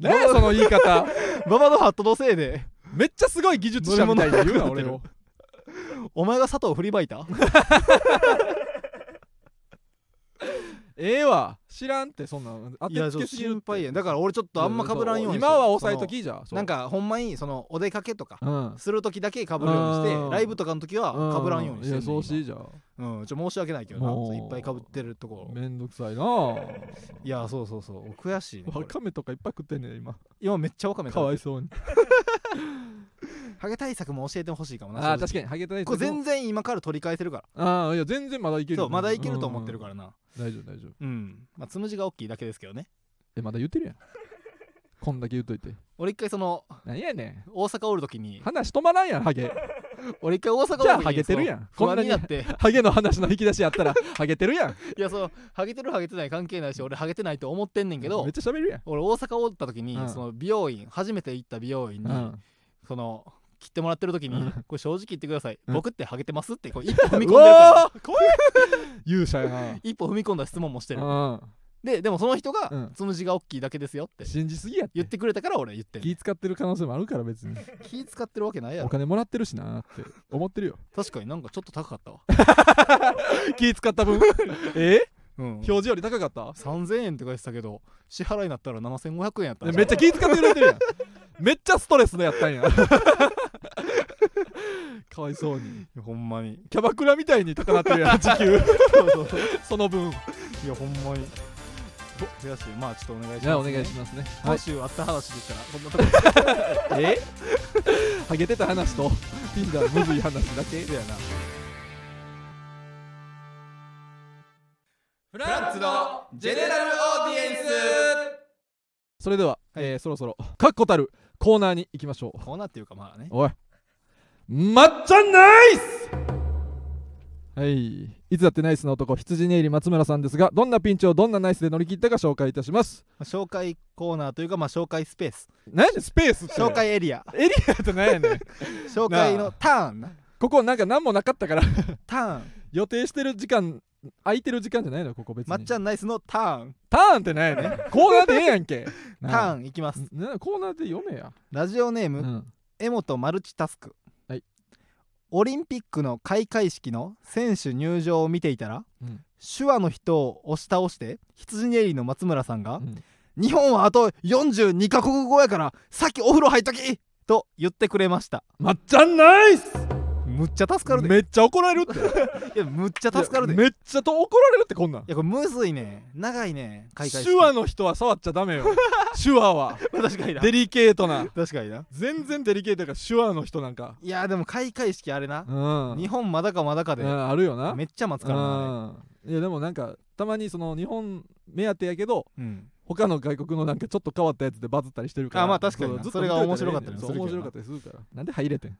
B: 何やその言い方
A: 馬場のハットのせいで
B: めっちゃすごい技術者みたいに言う な俺を
A: お前が佐藤振りまいた
B: ええわ知らんってそんなん当
A: いや
B: て
A: ちょ
B: つ
A: っ
B: け
A: と
B: すぎる
A: 心配やんだから俺ちょっとあんまかぶらんようにして
B: 今は抑えときじゃあ
A: そ
B: そう
A: のなんかほんまにそのお出かけとか
B: うん
A: する時だけかぶるように
B: う
A: し
B: ん
A: てライブとかの時はかぶらんようにして
B: い
A: ん
B: や
A: ねん
B: そう
A: 今
B: しじゃあ
A: うんちょ申し訳ないけどな
B: もう
A: いっぱいかぶってるところ
B: めんどくさいなあ
A: いやそうそうそう悔しいねこ
B: わ
A: れ
B: かめとかいっぱい食ってんねん今
A: 今めっちゃわかめ食べて
B: か
A: る
B: わいそうに
A: ハゲ対策も教えてほしいかもな
B: あー
A: 正直
B: 確かにハゲたい
A: これ全然今から取り返せるか
B: ああいや全然まだいけ
A: ら
B: る
A: そ
B: よ
A: うまだいけると思ってるかららな
B: 大丈夫大丈夫
A: うん、まあつむじが大きいだけですけどね
B: えまだ言ってるやんこんだけ言っといて
A: 俺一回その
B: なんやね
A: 大阪おる時
B: ん
A: に
B: 話止まらんやんハ ゲ
A: 俺一回大阪おる時に
B: じゃあハゲてるやん
A: その不
B: こ
A: 安
B: んなに
A: になって
B: ハゲの話の引き出しやったらハゲてるやん
A: いやそうハゲてるハゲてない関係ないし俺ハゲてないと思ってんねんけど
B: めっちゃ喋るやん
A: 俺大阪おった時に、
B: うん
A: その美容院初めて行った美容院に、
B: うん
A: その切ってもらってる時に、
B: うん
A: これ正直言ってください、
B: うん
A: 僕ってハゲてますってこう一歩踏み込んでるか
B: う
A: ら
B: わー怖い勇者やな
A: 一歩踏み込んだ質問もしてる
B: うん
A: ででもその人が、
B: うん
A: つむじが大きいだけですよって
B: 信じすぎやって
A: 言ってくれたから俺言ってん
B: 気使ってる可能性もあるから別に
A: 気使ってるわけないや
B: お
A: ろ
B: 金もらってるしなーって思ってるよ
A: 確かになんかちょっと高かったわ、
B: 気使った分 え
A: うん
B: 表示より高か った
A: 3000円って書いてたけど支払いになったら7500円やったんじゃん
B: めっちゃ気使ってくれてるやんめっちゃストレスでやったんや かわいそうに
A: いやほんま に
B: キャバクラみたいに高なってる やん時給
A: そうそうそう
B: その分
A: いやほんまにお悔しいまあちょっとお願いします、
B: じゃあお願いしますね
A: 今週あった話でしたらこんなとこ
B: えハゲてた話とピンダーむずい話だけやなフランツのジェネラルオーディエンスそれでは、えーそろそろ確固たるコーナーに行きましょう
A: コーナーっていうかまあね
B: おい抹茶ナイスはいいつだってナイスな男羊ネイリ松村さんですがどんなピンチをどんなナイスで乗り切ったか紹介いたします
A: 紹介コーナーというかまあ紹介スペース
B: 何やねんスペースって
A: 紹 介エリア
B: エリアって何やねん
A: 紹介のターンな
B: ここなんか何もなかったから
A: ターン
B: 予定してる時間空いてる時間じゃないのよここ別に
A: まっちゃんナイスのターン
B: ターンってないよねコーナーでええやん け
A: タ
B: ン
A: ーンいきます
B: なコーナーで読めや、
A: ラジオネー
B: う
A: ム
B: ん、
A: 江本マルチタスク、
B: はい
A: オリンピックの開会式の選手入場を見ていたら、
B: うん
A: 手話の人を押し倒して羊ネイリーの松村さんが
B: うん
A: 「日本はあと42カ国語やからさっきお風呂入っとき!」と言ってくれました
B: まっちゃんナイス
A: むっちゃ助かるで
B: めっちゃ怒られるっ
A: い
B: て
A: やむっちゃ助かるでい
B: い
A: や
B: やめっちゃと怒られるってこんなん
A: これむずいね長いね開会式
B: 手話の人は触っちゃダ メよ手話は
A: 確かにな
B: デリケートな
A: 確かにな
B: 全然デリケートだから手話の人なんか
A: いやでも開会式あれな
B: う、ん
A: 日本まだかまだかで、
B: うんあるよな
A: めっちゃ待つからなあれ
B: うんいやでもなんかたまにその日本目当てやけど
A: うん
B: 他の外国のなんかちょっと変わったやつでバズったりしてるから
A: あまあ確かに
B: うずっと
A: それが面白かったり
B: 見
A: もす
B: と
A: るけ
B: い
A: どな
B: ら面白かったりするからなんで入れてん、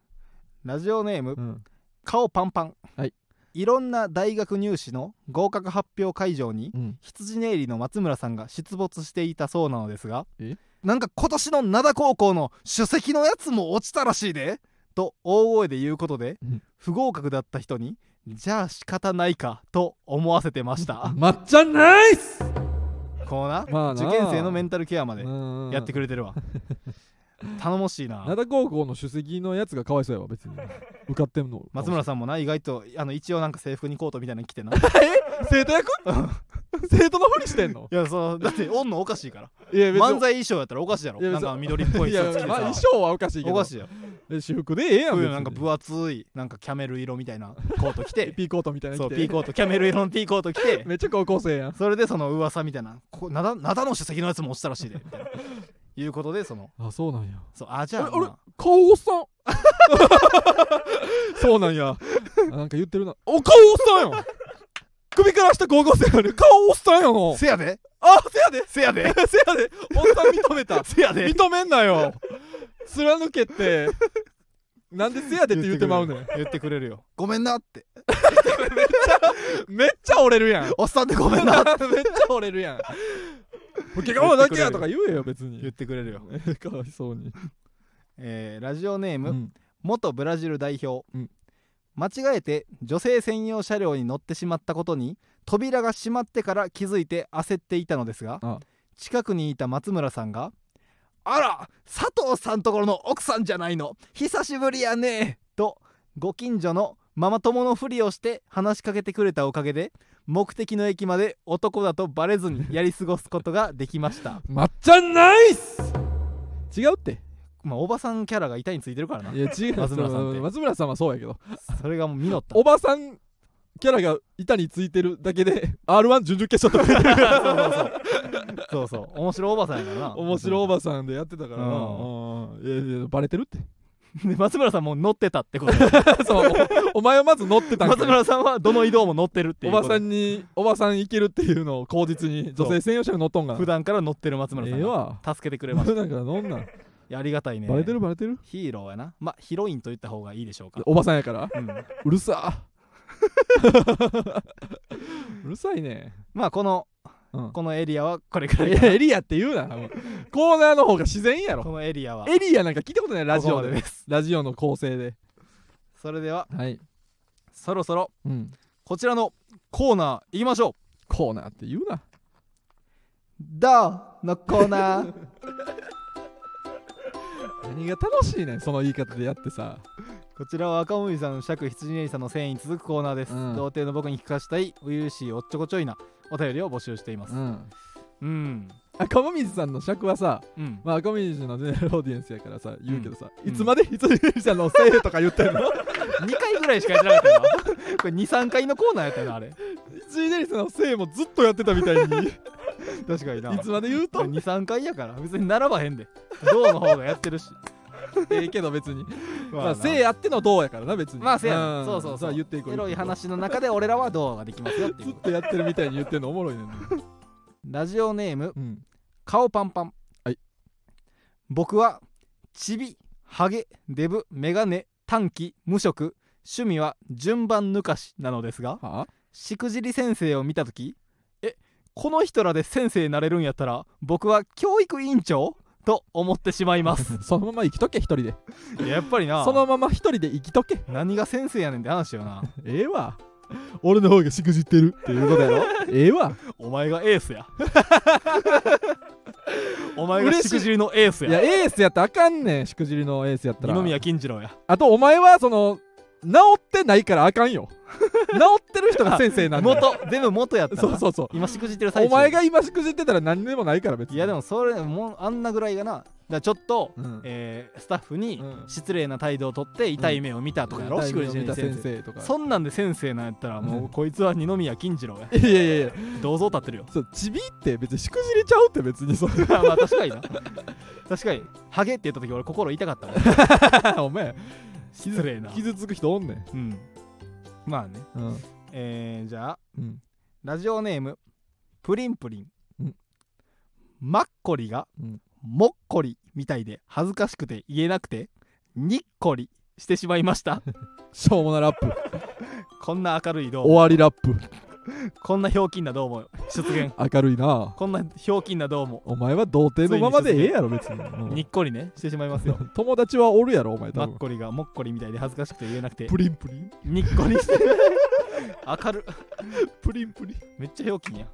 A: ラジオネーム
B: うん、
A: 顔パンパン、
B: はい、
A: ろんな大学入試の合格発表会場に
B: うん
A: 羊ネイリの松村さんが出没していたそうなのですが
B: え
A: なんか今年の灘高校の首席のやつも落ちたらしいでと大声で言うことで
B: うん
A: 不合格だった人にじゃあ仕方ないかと思わせてました
B: まっちゃんナイス
A: こうな,、
B: まあな
A: 受験生のメンタルケアまで
B: や
A: やってくれてるわ頼もしい な
B: 灘高校の主席のやつがかわいそうやわ 別に受かってんの
A: 松村さんもな意外とあの一応なんか制服にコートみたいなの着て ない
B: 生徒 役生徒のふりしてんの
A: やそのだっておんのおかしいから
B: いや
A: 漫才衣装やったらおかしいやろ
B: いや
A: な
B: 別
A: ん
B: に
A: か緑っぽい
B: い
A: ス
B: や
A: ーツ着て
B: まあ
A: さ
B: 衣装はおかしいけ
A: お
B: ど
A: かしいやろ
B: え私服でええやん
A: こうい
B: 別
A: う
B: に
A: なんか分厚いなんかキャメル色みたいなコート着て
B: ピーコートみたいな
A: そ
B: の
A: う
B: 着
A: ピ
B: て
A: ーコートキャメル色のピーコート着 て
B: めっちゃ高校生やん
A: それでその噂みたいなこなだ灘の主席のやつも落ちたらしいでみたいないうことでその
B: あそうなんや
A: そうあじゃあ
B: あれ
A: ま
B: 顔おっ さんそうなんやあなんか言ってるなお顔おっさんやん首から下高校生やね顔おっさんや
A: あ
B: の
A: せやで
B: あせやで
A: せやで
B: せやでおっさん認め た
A: せやで
B: 認めんなよ貫けってなんでせやでって言ってまうねん
A: 言ってくれるよごめんなって
B: めっちゃ折れるやんめっ
A: おっさんでごめんなって
B: ちゃ折れ るやん怪我はだけやとか言えよ別
A: 言っ
B: に
A: てくれるよ、
B: か わいそうに、
A: えーラジオネーム、
B: うん
A: 元ブラジル代表、
B: うん
A: 間違えて女性専用車両に乗ってしまったことに扉が閉まってから気づいて焦っていたのですが
B: あ
A: 近くにいた松村さんが「あら佐藤さんところの奥さんじゃないの久しぶりやね」とご近所のママ友のふりをして話しかけてくれたおかげで目的の駅まで男だとバレずにやり過ごすことができました。
B: まっちゃんナイス違うって
A: まあ、おばさんキャラが板についてるからない
B: や違う
A: 松村さんって
B: 松村さんはそうやけど
A: それがもう実った
B: おばさんキャラが板についてるだけで r 1準々決勝と か
A: そうそう面白いおばさんやからな
B: 面白おばさんでやってたからな、
A: うん
B: うんいやいやバレてるって
A: で松村さんも乗ってたってこと
B: そうおお前はまず乗ってたんかい
A: 松村さんはどの移動も乗ってるってい
B: お
A: うこ
B: ば
A: と
B: さんにおばさんいけるっていうのを口実に女性専用車に乗っとんが
A: 普段から乗ってる松村
B: え
A: さん
B: え
A: が
B: わ
A: 助けてくれました
B: 普段から乗んなん
A: いやありがたいね
B: バレてるバレてる
A: ヒーローやなまあヒロインと言った方がいいでしょうか
B: おばさんやから
A: うん
B: うるさうるさいね
A: まあこの
B: うん
A: このエリアはこれくら
B: い
A: い
B: やエリアって言うなコーナーの方が自然や
A: こ
B: ろ
A: のエリアは
B: エリアなんか聞いたことないラジ
A: こ
B: オ
A: こま
B: で
A: でです
B: ラジオの構成で
A: それでは
B: はい、
A: そろそろ
B: うん、
A: こちらのコーナーいきましょう
B: コーナーって言うな
A: どうのコーナー
B: 何が楽しいねんその言い方でやってさ
A: こちらは赤森さん、釈羊ねりさんの繊維に続くコーナーです。
B: うん
A: 童貞の僕に聞かしたい、初々しいおっちょこちょいなお便りを募集しています。
B: ん
A: うん。
B: 赤もみじさんの尺はさ
A: うん。
B: まあ、赤身のゼネラルオーディエンスやからさ、言うけどさ、
A: うん
B: いつまで羊ゆりさんの せいとか言ってんの
A: 2回ぐらいしかやってなかったよ な。これ2、3回のコーナーやったよな、あれ。
B: 羊ゆりさんのせいもずっとやってたみたい に、い
A: 確かにな。
B: つまで言うと、
A: 2、3回やから、別に並ばへんで。銅の方がやってるし。
B: ええけど別に。まあ、
A: な
B: せいあってのどうやからな、別に。
A: まあせやな、
B: ん
A: そうそうそう。
B: 言っていこう。
A: エロい
B: 言って
A: 話の中で俺らは銅ができますよって
B: こう。
A: い
B: ず
A: う
B: っ。とやってるみたいに言ってんのおもろいねんな。
A: ラジオネーム、
B: うん。
A: 顔パンパン
B: はい
A: 僕はチビハゲデブメガネ短期無職趣味は順番抜かしなのですが
B: はあ
A: しくじり先生を見た時えこの人らで先生になれるんやったら僕は教育委員長と思ってしまいます
B: そのまま生きとけ、一人で。
A: いややっぱりな
B: そのまま一人で生きとけ。
A: 何が先生やねんって話よ な
B: ええわ。俺の方がしくじってるっていうことやろ。 ええわ。
A: お前がエースや お前が
B: 嬉しい
A: しくじりのエース
B: い
A: や
B: や、エースやったらあかんねん、しくじりのエースやったら。
A: 二宮金次郎や
B: あとお前はその治ってないからあかんよ治ってる人が先生なん だよ
A: 元全部元やったな
B: そうそうそう
A: 今しくじってる最
B: お
A: 中
B: 前が今しくじってたら何でもないから別に
A: いやでもそれもうあんなぐらいがなだからちょっと、
B: うん
A: えースタッフに
B: うん
A: 失礼な態度をとって痛い目を見たとかやろ、しくじり
B: 見た
A: 先
B: 先
A: 生
B: 生とか
A: そんなんで先生なんやったらもうこいつは二宮金次郎 や
B: いやいやいや
A: 銅像立ってるよ
B: そうちびって別にしくじりちゃうって別にそう
A: まあまあ確かにな確かにハゲって言った時俺心痛かったも ん
B: お前
A: 失礼な
B: 傷つく人おんね
A: う
B: ん
A: んまあね
B: うん
A: えー、じゃあ
B: うん
A: ラジオネームプリンプリン、
B: うん
A: マッコリが、
B: うん
A: もっこりみたいで恥ずかしくて言えなくてにっこりしてしまいました
B: しょうもなラップ
A: こんな明るいどう
B: 終
A: も
B: わりラップ
A: こんなひょうきんなどうも出現
B: 明るいな
A: こんなひょうきんなどうも
B: お前は童貞のままでええやろ別に
A: にっこり ねしてしまいますよ
B: うん友達はおるやろお前
A: マ
B: 多
A: ッ
B: 分
A: コリがもっこりみたいで恥ずかしくて言えなくて
B: プリンプリン
A: にっこりして明る
B: プリンプリン
A: めっちゃひょうきんや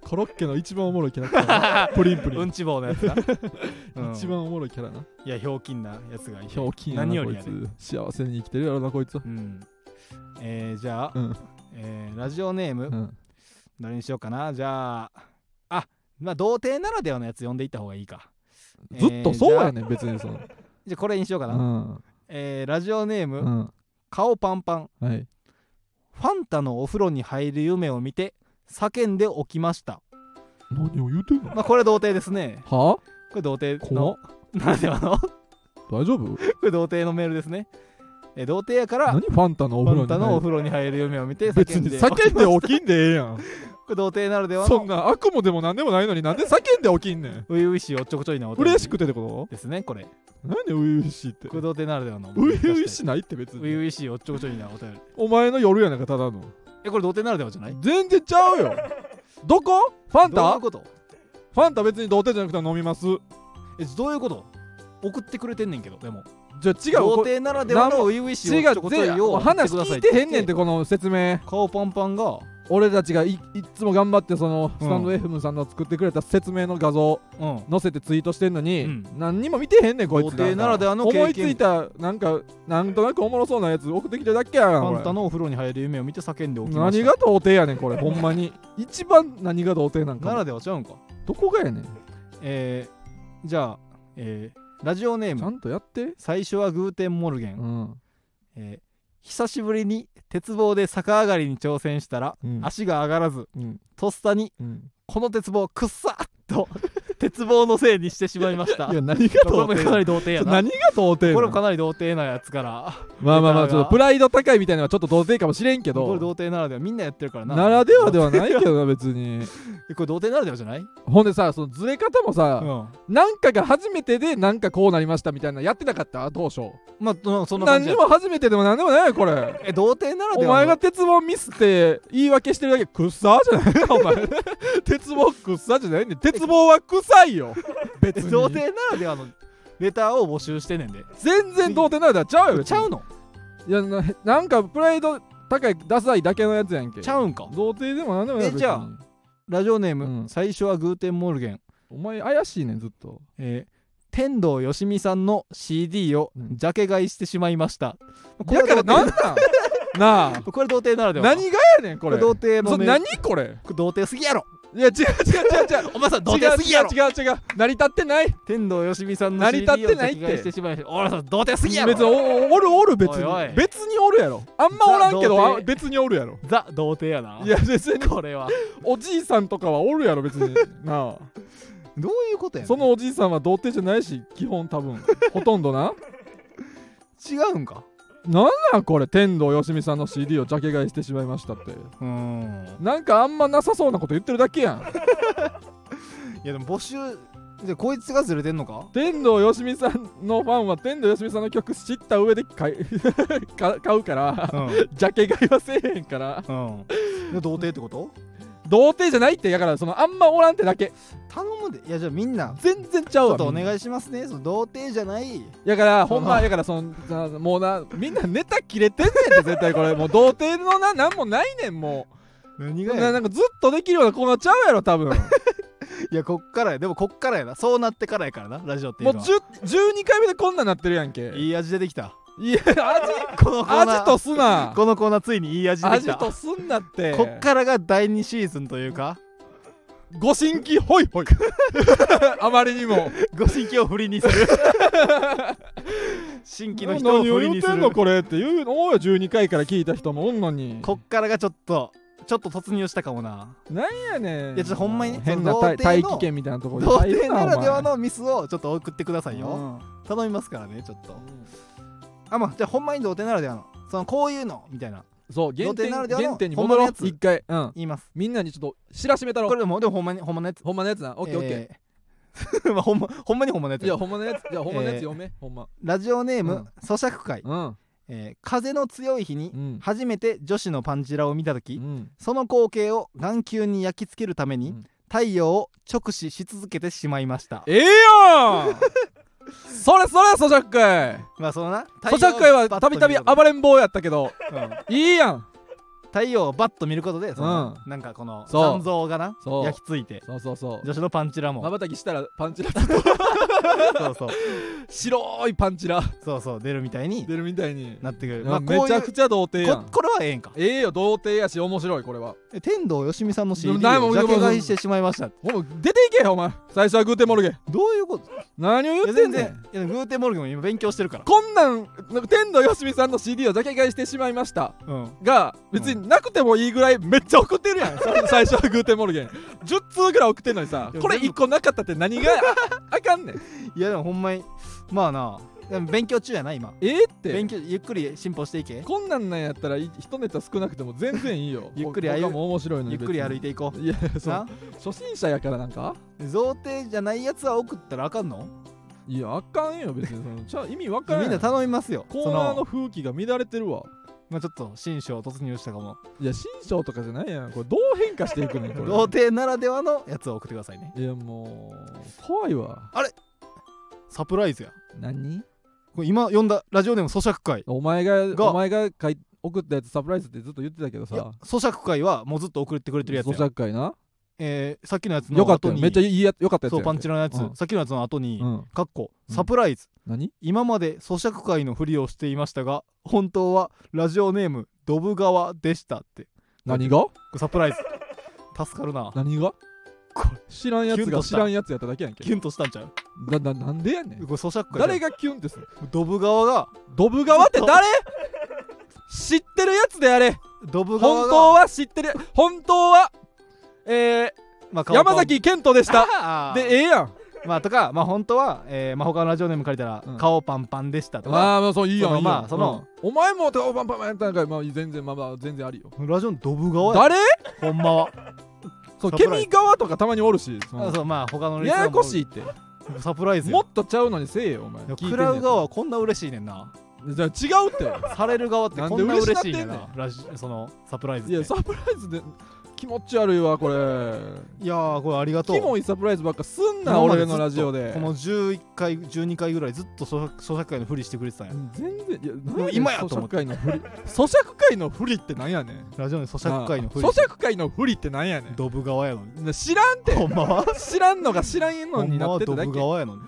B: コロッケの一番おもろいキャラクタ ープリンプリン、
A: うんち棒のやつな、うん
B: 一番おもろいキャラない
A: やひょうきんなやつがいい
B: ひょうきんやな
A: 何よ
B: こ
A: り
B: い
A: や
B: つ、
A: ね
B: 幸せに生きてるやろなこいつは
A: うんえー、じゃあ、
B: うん
A: えーラジオネーム、
B: うん
A: どれにしようかなじゃああまあ童貞ならではのやつ呼んでいった方がいいか
B: ずっとそうや
A: ん
B: ねん別にその
A: じゃあこれにしようか
B: う
A: な、
B: ん
A: えーラジオネーム、
B: うん
A: 顔パンパン
B: はい
A: ファンタのお風呂に入る夢を見て叫んで起きました
B: 何を言うてんの
A: まあこれ童貞ですね
B: は
A: これ童貞
B: 怖
A: の
B: っ
A: ならではの こ
B: 大丈夫
A: れ童貞のメールですね、えー童貞やから
B: 何ファンタのお
A: フ
B: 風
A: ァ
B: 呂
A: ン
B: に
A: タのお
B: 入る
A: 風呂に入る夢を見て
B: 別
A: 叫ん
B: に
A: で
B: 叫んで起きんでええ やん
A: これ童貞ならでは
B: そん
A: の
B: な悪もでも何でもないのになんで叫んで起きんねん
A: 初々しいおっちょこちょいなお
B: 嬉しくてってこ
A: ですねこれ
B: と何で初々しいって
A: これ童貞ならではの
B: 初々
A: い
B: しないって別
A: 初
B: に
A: 々しいおっちょこちょいなお便り
B: お前の夜やなんかただの
A: えこれ童貞ならではじゃない
B: 全然ちゃう よどこファン
A: どうい
B: タ
A: うこと
B: ファンタ別に童貞じゃなくて飲みます
A: えどういうこと送ってくれてんねんけどでも
B: じゃあ違う
A: 童
B: こ
A: 貞ならではの初々しいお
B: 違
A: っちょ
B: う
A: こちょい
B: 全
A: を
B: 話
A: 送
B: 聞い
A: って
B: て
A: ください
B: へんねんってこの説明
A: 顔パンパンが
B: 俺たちがいいっつも頑張ってそのス
A: うん
B: タンド FM さんの作ってくれた説明の画像
A: うん
B: 載せてツイートしてんのに、
A: うん
B: 何にも見てへんねんこいつ
A: 童貞ならではの経験
B: 思いついたなんかなんとなくおもろそうなやつ送ってきてるだけやん
A: ファンタ
B: こ
A: のお風呂に入る夢を見て叫んでお
B: れ
A: きました
B: 何が童貞やねんこれほん まに一番何が童貞なんか
A: な
B: も
A: らではちゃうんか
B: どこがやねん
A: えー、じゃあ、えー、ラジオネー
B: ちゃ
A: ム
B: んとやって
A: 最初はグーテンモルゲン、
B: うん、
A: えー久しぶりに鉄棒で逆上がりに挑戦したら、
B: うん
A: 足が上がらず
B: うん
A: とっさに
B: うん、
A: この鉄棒くっさっと 鉄棒のせいにしてしまいました
B: いや何が
A: まあこれも
B: 童
A: かな
B: 貞
A: り童貞やな
B: 何が童貞
A: こ
B: な
A: れ
B: の
A: もかなり童貞なやつから
B: まあまあまあ
A: ネタが
B: ちょっとプライド高いみたいなのはちょっと童貞かもしれんけ
A: これ童
B: ど
A: 貞ならではみんなやってるからな
B: ならではではないけどな別 に
A: これ童貞ならではじゃない、
B: ほんでさそのずれ方もさ、
A: うん
B: なんかが初めてでなんかこうなりましたみたいなやってなかった当初
A: まあうんそんな感
B: 何
A: じ
B: に
A: や
B: も初めてでも何でもないよこれ
A: え童貞ならでは
B: お
A: の
B: 前が鉄棒ミスって言い訳してるだけくっさーじゃないか お前鉄棒くっさーじゃないねん鉄棒は臭いよ別
A: え
B: に
A: 童貞ならではのネタを募集してんねんで
B: 全然童貞ならではちゃうよ別に
A: ちゃうの
B: いやななんかプライド高いダサいだけのやつやんけ
A: ちゃうんか
B: 童貞でも何でもない
A: えじゃあ
B: 別に
A: ラジオネーム、
B: うん
A: 最初はグーテンモルゲン、
B: お前怪しいねんずっと
A: えー天童よしみさんの CD を
B: うん
A: ジャケ買いしてしまいました、これ
B: だ
A: は
B: から
A: 童
B: なんなんなあ
A: 貞これ童貞ならでは
B: 何がやねんこ
A: こ
B: れ
A: れ童貞の
B: そ
A: メ
B: れ
A: ール
B: 何これ
A: これ童貞すぎやろ
B: いや違う違う違う違う
A: お前 さん童
B: 違う
A: 貞すぎやろ
B: 違う違う違う成り立ってない
A: 天童よしみさんの
B: 成り
A: CD
B: 立
A: を
B: っ
A: ジ
B: てない
A: ャ
B: って
A: ケ買いしてしまいましたお前さん童貞すぎやろ
B: 別におおるおる別に
A: おいおい
B: 別におるやろあんまおらん
A: ザ童
B: けど
A: 貞
B: あ別におるやろ
A: ザ童貞やない
B: や別に
A: これは
B: おじいさんとかはおるやろ別 になあ
A: どういうことや
B: そのおじいさんは童貞じゃないし基本多分ほとんどな
A: 違うんか
B: なんなんこれ天童よしみさんの CD をジャケ買いしてしまいましたって
A: うーん
B: なんかあんまなさそうなこと言ってるだけやん
A: いやでも募集じゃあこいつがずれてんのか
B: 天童よしみさんのファンは天童よしみさんの曲知った上で買い か買うか ら
A: うん
B: ジャケ買いはせえへんから
A: うんで童貞ってこと
B: 童貞じゃないってだからそのあんまおらんってだけ
A: 頼むでいやじゃあみんな
B: 全然ちゃ
A: ち
B: う
A: ょ
B: わ
A: っとお
B: みんな
A: 願いしますねその童貞じゃない
B: だからほん
A: そ
B: ま
A: の
B: だからそのなもうなみんなネタ切れてんねんって絶対これもう童貞のななんもないねんも
A: 何
B: うななんかずっとできるようなコーナーちゃうや ろ多分も
A: いやこっからやでもこっからやなそうなってからやからなラジオっていううのは
B: 10 12回目でこんなんなってるやんけ
A: いい味出てきた
B: いや
A: このコー
B: 味
A: ナー
B: 味とすな
A: このコーナーついにいい味出てき
B: 味
A: た
B: と
A: こ
B: すんなって
A: っからが第2シーズンという か
B: ご新規ほいほい あまりにも
A: ご新規を振り にする新規の人を
B: 何を
A: 振り
B: 言
A: に
B: う
A: す
B: てん
A: る
B: のこれって言うのよ12回から聞いた人もおんのに
A: こっからがちょっとちょっと突入したかもな
B: なんやねん
A: いやちょっとほんまにね
B: 変な
A: その
B: 待
A: 童貞
B: 待
A: の
B: 機券みたいなところ
A: 童貞ならではのミスをちょっと送ってくださいよ頼みますからねちょっとあまあじゃあほんまに童貞ならではのそのこういうのみたいな
B: そう原
A: 童
B: 点
A: 貞ならではの
B: 原点に
A: ほんまの
B: 戻ろう
A: やつ
B: 一回うん
A: 言います
B: みんなにちょっと知らしめたろ
A: これでもでもほんまにほんまのやつ
B: ほんまのやつなオッケーオッケ
A: えー まあほんまほんまにほんまのやつ
B: ーいやほんまのやつじゃあほんまのやつ
A: えー
B: 読めほんま
A: ラジオネーム、
B: うん
A: 咀嚼会、
B: うん
A: えー風の強い日に
B: うん
A: 初めて女子のパンチラを見た時、
B: うん
A: その光景を眼球に焼き付けるために、
B: うん
A: 太陽を直視し続けてしまいました
B: ええやんそれそれ咀嚼会
A: まあそのな
B: 咀嚼会は
A: 太陽を
B: たびたび
A: バッと
B: 暴れん坊やったけど
A: 見ること
B: いいやん
A: 太陽をバッと見ることでその、
B: う
A: なんかこの
B: そう
A: 残像がな
B: そう
A: 焼き付いて
B: そうそうそう
A: 女子のパンチラ
B: ま
A: も
B: ばたきしたらパンチラ
A: そうそう
B: 白いパンチラ
A: そうそう出るみたいに
B: 出るみたいに
A: なってくる、
B: ま
A: ま
B: あ、
A: あ、
B: めちゃ
A: こ
B: くちゃ童
A: う
B: 貞
A: いう
B: や
A: こ
B: ん
A: これはええんか
B: ええよ童貞やし面白いこれは
A: え天童よしみさんの CD をジ
B: ないもん
A: ャケ買いしてしまいましたって
B: お前出ていけよお前最初はグーテンモルゲン
A: どういうこと
B: 何を
A: い
B: 言
A: や
B: ってん
A: 全
B: ね
A: 然
B: ん
A: いやグーテンモルゲンも今勉強してるから
B: こんなんなんか天童よしみさんの CD をジャケ買いしてしまいました
A: うん
B: が別になくてもいいぐらいめっちゃ送ってる やんさ最初はグーテンモルゲン10通ぐらい送ってんのにさ
A: いや
B: これ
A: 全部
B: 1個なかったって何があかんねん
A: いやでもほんまにまあなでも勉強中やな今
B: ええっ
A: 勉
B: て
A: 強ゆっくり進歩していけ
B: こんなんなんやったらい一ネタ少なくても全然いいよ
A: ゆっくり歩い
B: 歩も面白いのに
A: ゆっくり歩い
B: て
A: ていこ
B: いや
A: う
B: そう
A: な
B: 初心者やからなんか
A: 贈呈じゃないやつは送ったらあかんの
B: いやあかんよ別にそのじゃあ意味わからん
A: みんな頼みますよ
B: コーナーの風紀が乱れてるわ
A: まあ、ちょっと新章突入したかも
B: いや新章とかじゃないやんこれどう変化していくねんこれ
A: 童貞ならではのやつを送ってくださいね
B: いやもう怖いわ
A: サプライズや
B: 何
A: これ今読んだラジオでも咀嚼会
B: お前が
A: が
B: お前が書い送ったやつサプライズってずっと言ってたけど
A: いや
B: さ
A: 咀嚼会はもうずっと送ってくれてるやつ
B: 咀
A: や、
B: 嚼会な
A: えーさっきのやつの
B: よかっ
A: 後
B: たよ
A: に
B: めっちゃいいやよかったやつ
A: そうパンチ
B: ラ
A: ラのやつ、
B: うん
A: さっきのやつの後に、
B: うん
A: かっこ
B: うん
A: サプライズ、
B: 何
A: 今まで咀嚼会のふりをしていましたが本当はラジオネームドブ川でしたって
B: 何が
A: サプライ ズ助かるな
B: 何が
A: こ
B: 知らんやつ
A: キュンと
B: が
A: し
B: 知
A: た
B: らんやつやっただけやんけ
A: キュンとしたんちゃうこ
B: なななんでやねん
A: れ咀嚼会
B: 誰がキュンですん
A: ドブ川が
B: ドブ川って誰知ってるやつであれ
A: ドブ川
B: 本
A: が
B: 当は知ってる本当はえ
A: まあ
B: ー、
A: 顔
B: 山崎賢人でした
A: あー
B: でええやん
A: まあとかまあ本当は、えーまあ、他のラジオネーム借りたら、
B: うん
A: 顔パンパンでしたとか
B: ああまあそういいやん
A: その
B: いいやん
A: まあその
B: うんお前もパンパンパンやったんかいまあ全然まあまあ全然ありよ
A: ラジオのドブ川や
B: 誰
A: ほんまは
B: そう
A: サプ
B: ケ
A: ライズ
B: ミ側とかたまにおるしその
A: あそうまあ他のリスナー
B: ややこし
A: い
B: いって
A: サプライズ
B: も
A: よ
B: っとちゃうのにせえよお前
A: いや
B: 聞いてん
A: 食
B: ねん
A: らう側はこんな嬉しいねんな
B: じゃあ違うって
A: される側ってこんな嬉しいねんな
B: なん
A: ラジそのサプライズっ
B: い
A: てい
B: や
A: や
B: サプライズで気持ち悪いわこれ
A: ーこれありがとう
B: キモいサプライズばっかすんな
A: 今まで
B: 俺のラジオ
A: ずっ
B: で
A: とこの11回12回ぐらいずっと咀嚼咀嚼会のふりしてくれてたんや
B: 全然いや何
A: もう今やと思
B: 咀嚼
A: っ
B: 会のふり咀嚼会のふりってなんやねん
A: ラジオの咀嚼会のふり
B: 咀嚼会のふりってなんやねん
A: ドブ川 やのに
B: な知らんって
A: ほんまは
B: 知らんのが知らん
A: ほ
B: の
A: ん
B: に
A: ま
B: なっ
A: は
B: て
A: ド
B: ただ
A: ブ
B: け
A: 川やのに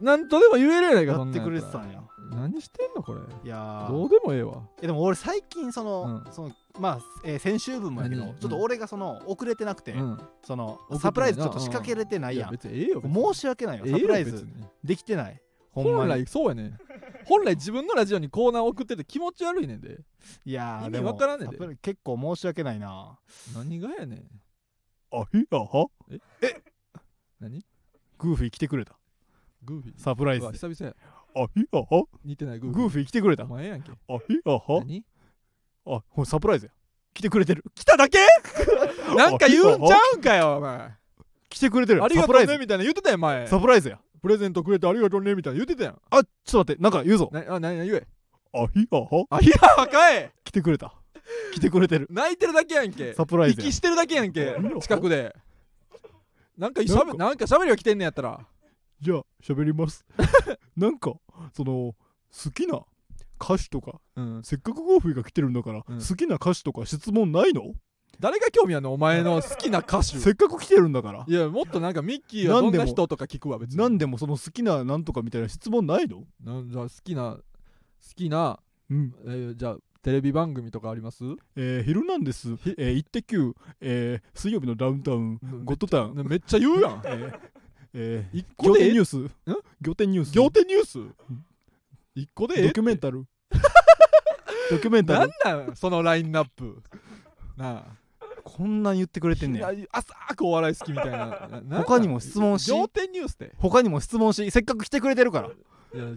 B: なんとでも言えるやないか
A: や
B: そん
A: って
B: なん
A: くれ
B: やった
A: てたんや
B: ら何してんのこれ
A: いやー
B: どうでもええわ
A: いやでも俺最近その,、
B: うん
A: そのまあ、えー先週分もやけど
B: 何
A: ちょっと俺がその遅れてなくて、
B: うん
A: その
B: 遅れてないな
A: サプライズちょっと仕掛けれてない
B: い
A: や
B: や
A: ん
B: 別にええよ別
A: 申
B: に
A: し訳ないよ
B: ええ
A: サ
B: よ
A: プライ
B: 別
A: ズ
B: に
A: できてないほん
B: 本
A: まに
B: 来そうやね本来自分のラジオにコーナー送ってて気持ち悪いねんで
A: いやー
B: 意味
A: でも
B: わからんねんで
A: サプライズ結構申し訳ないな
B: 何がやねん
A: あひあは
B: 何
A: グーフィー来てくれた
B: グーフィー
A: サプライ
B: う
A: ズ
B: わ
A: で
B: 久々や
A: あひあは
B: 似てないグーフィ
A: グーフィー来てくれ
B: ー
A: た
B: お
A: あ
B: 前やんけ
A: ひあは
B: 何
A: あほんサプライズや来てくれてる
B: 来ただけなんか言うんちゃうんかよお前
A: 来てくれてる
B: あり
A: サ
B: が
A: プ
B: と
A: ラ
B: う
A: イ
B: ね
A: ズ
B: みたいな言ってたやん前
A: サプライズや
B: プレゼントくれてありがとうねみたいな言ってたやん
A: あちょっと待ってなんか言うぞ
B: なあ何何言え
A: あひあは
B: あいや若い
A: 来てくれた来てくれてる
B: 泣いてるだけやんけ
A: サプライズや
B: 息してるだけやんけ
A: 何を
B: 近くでなんかしゃべなんかしゃべりは来てんねやったら
A: じゃあ喋ります なんかその好きな歌手とか
B: うん
A: せっかくゴーフィーが来てるんだから、
B: うん
A: 好きな歌手とか質問ないの
B: 誰が興味あんのお前の好きな歌手
A: せっかく来てるんだから
B: いやもっとなんかミッキーはどんな人とか聞くわ別に
A: なんでもその好きななんとかみたいな質問ないの
B: なんじゃあ好きな好きな、
A: うん
B: えーじゃあテレビ番組とかあります
A: えー、ヒルナンデス」えー「イッテ Q」えー「水曜日のダウンタウン」「ゴッドタウン」
B: ねめっちゃ言うやん
A: えーえー
B: 一個
A: 仰天
B: で
A: ニュース」「仰天ニュース」
B: 仰天ニュース一個でええ
A: ドキュメン タル」「ドキュメンタ
B: なん
A: ル
B: なんそのラインナップなあ」
A: こんなん言ってくれてんねん
B: いや浅くお笑い好きみたいなななんなん
A: 他にも質問し
B: 仰天ニュースで
A: 他にも質問しせっかく来てくれてるから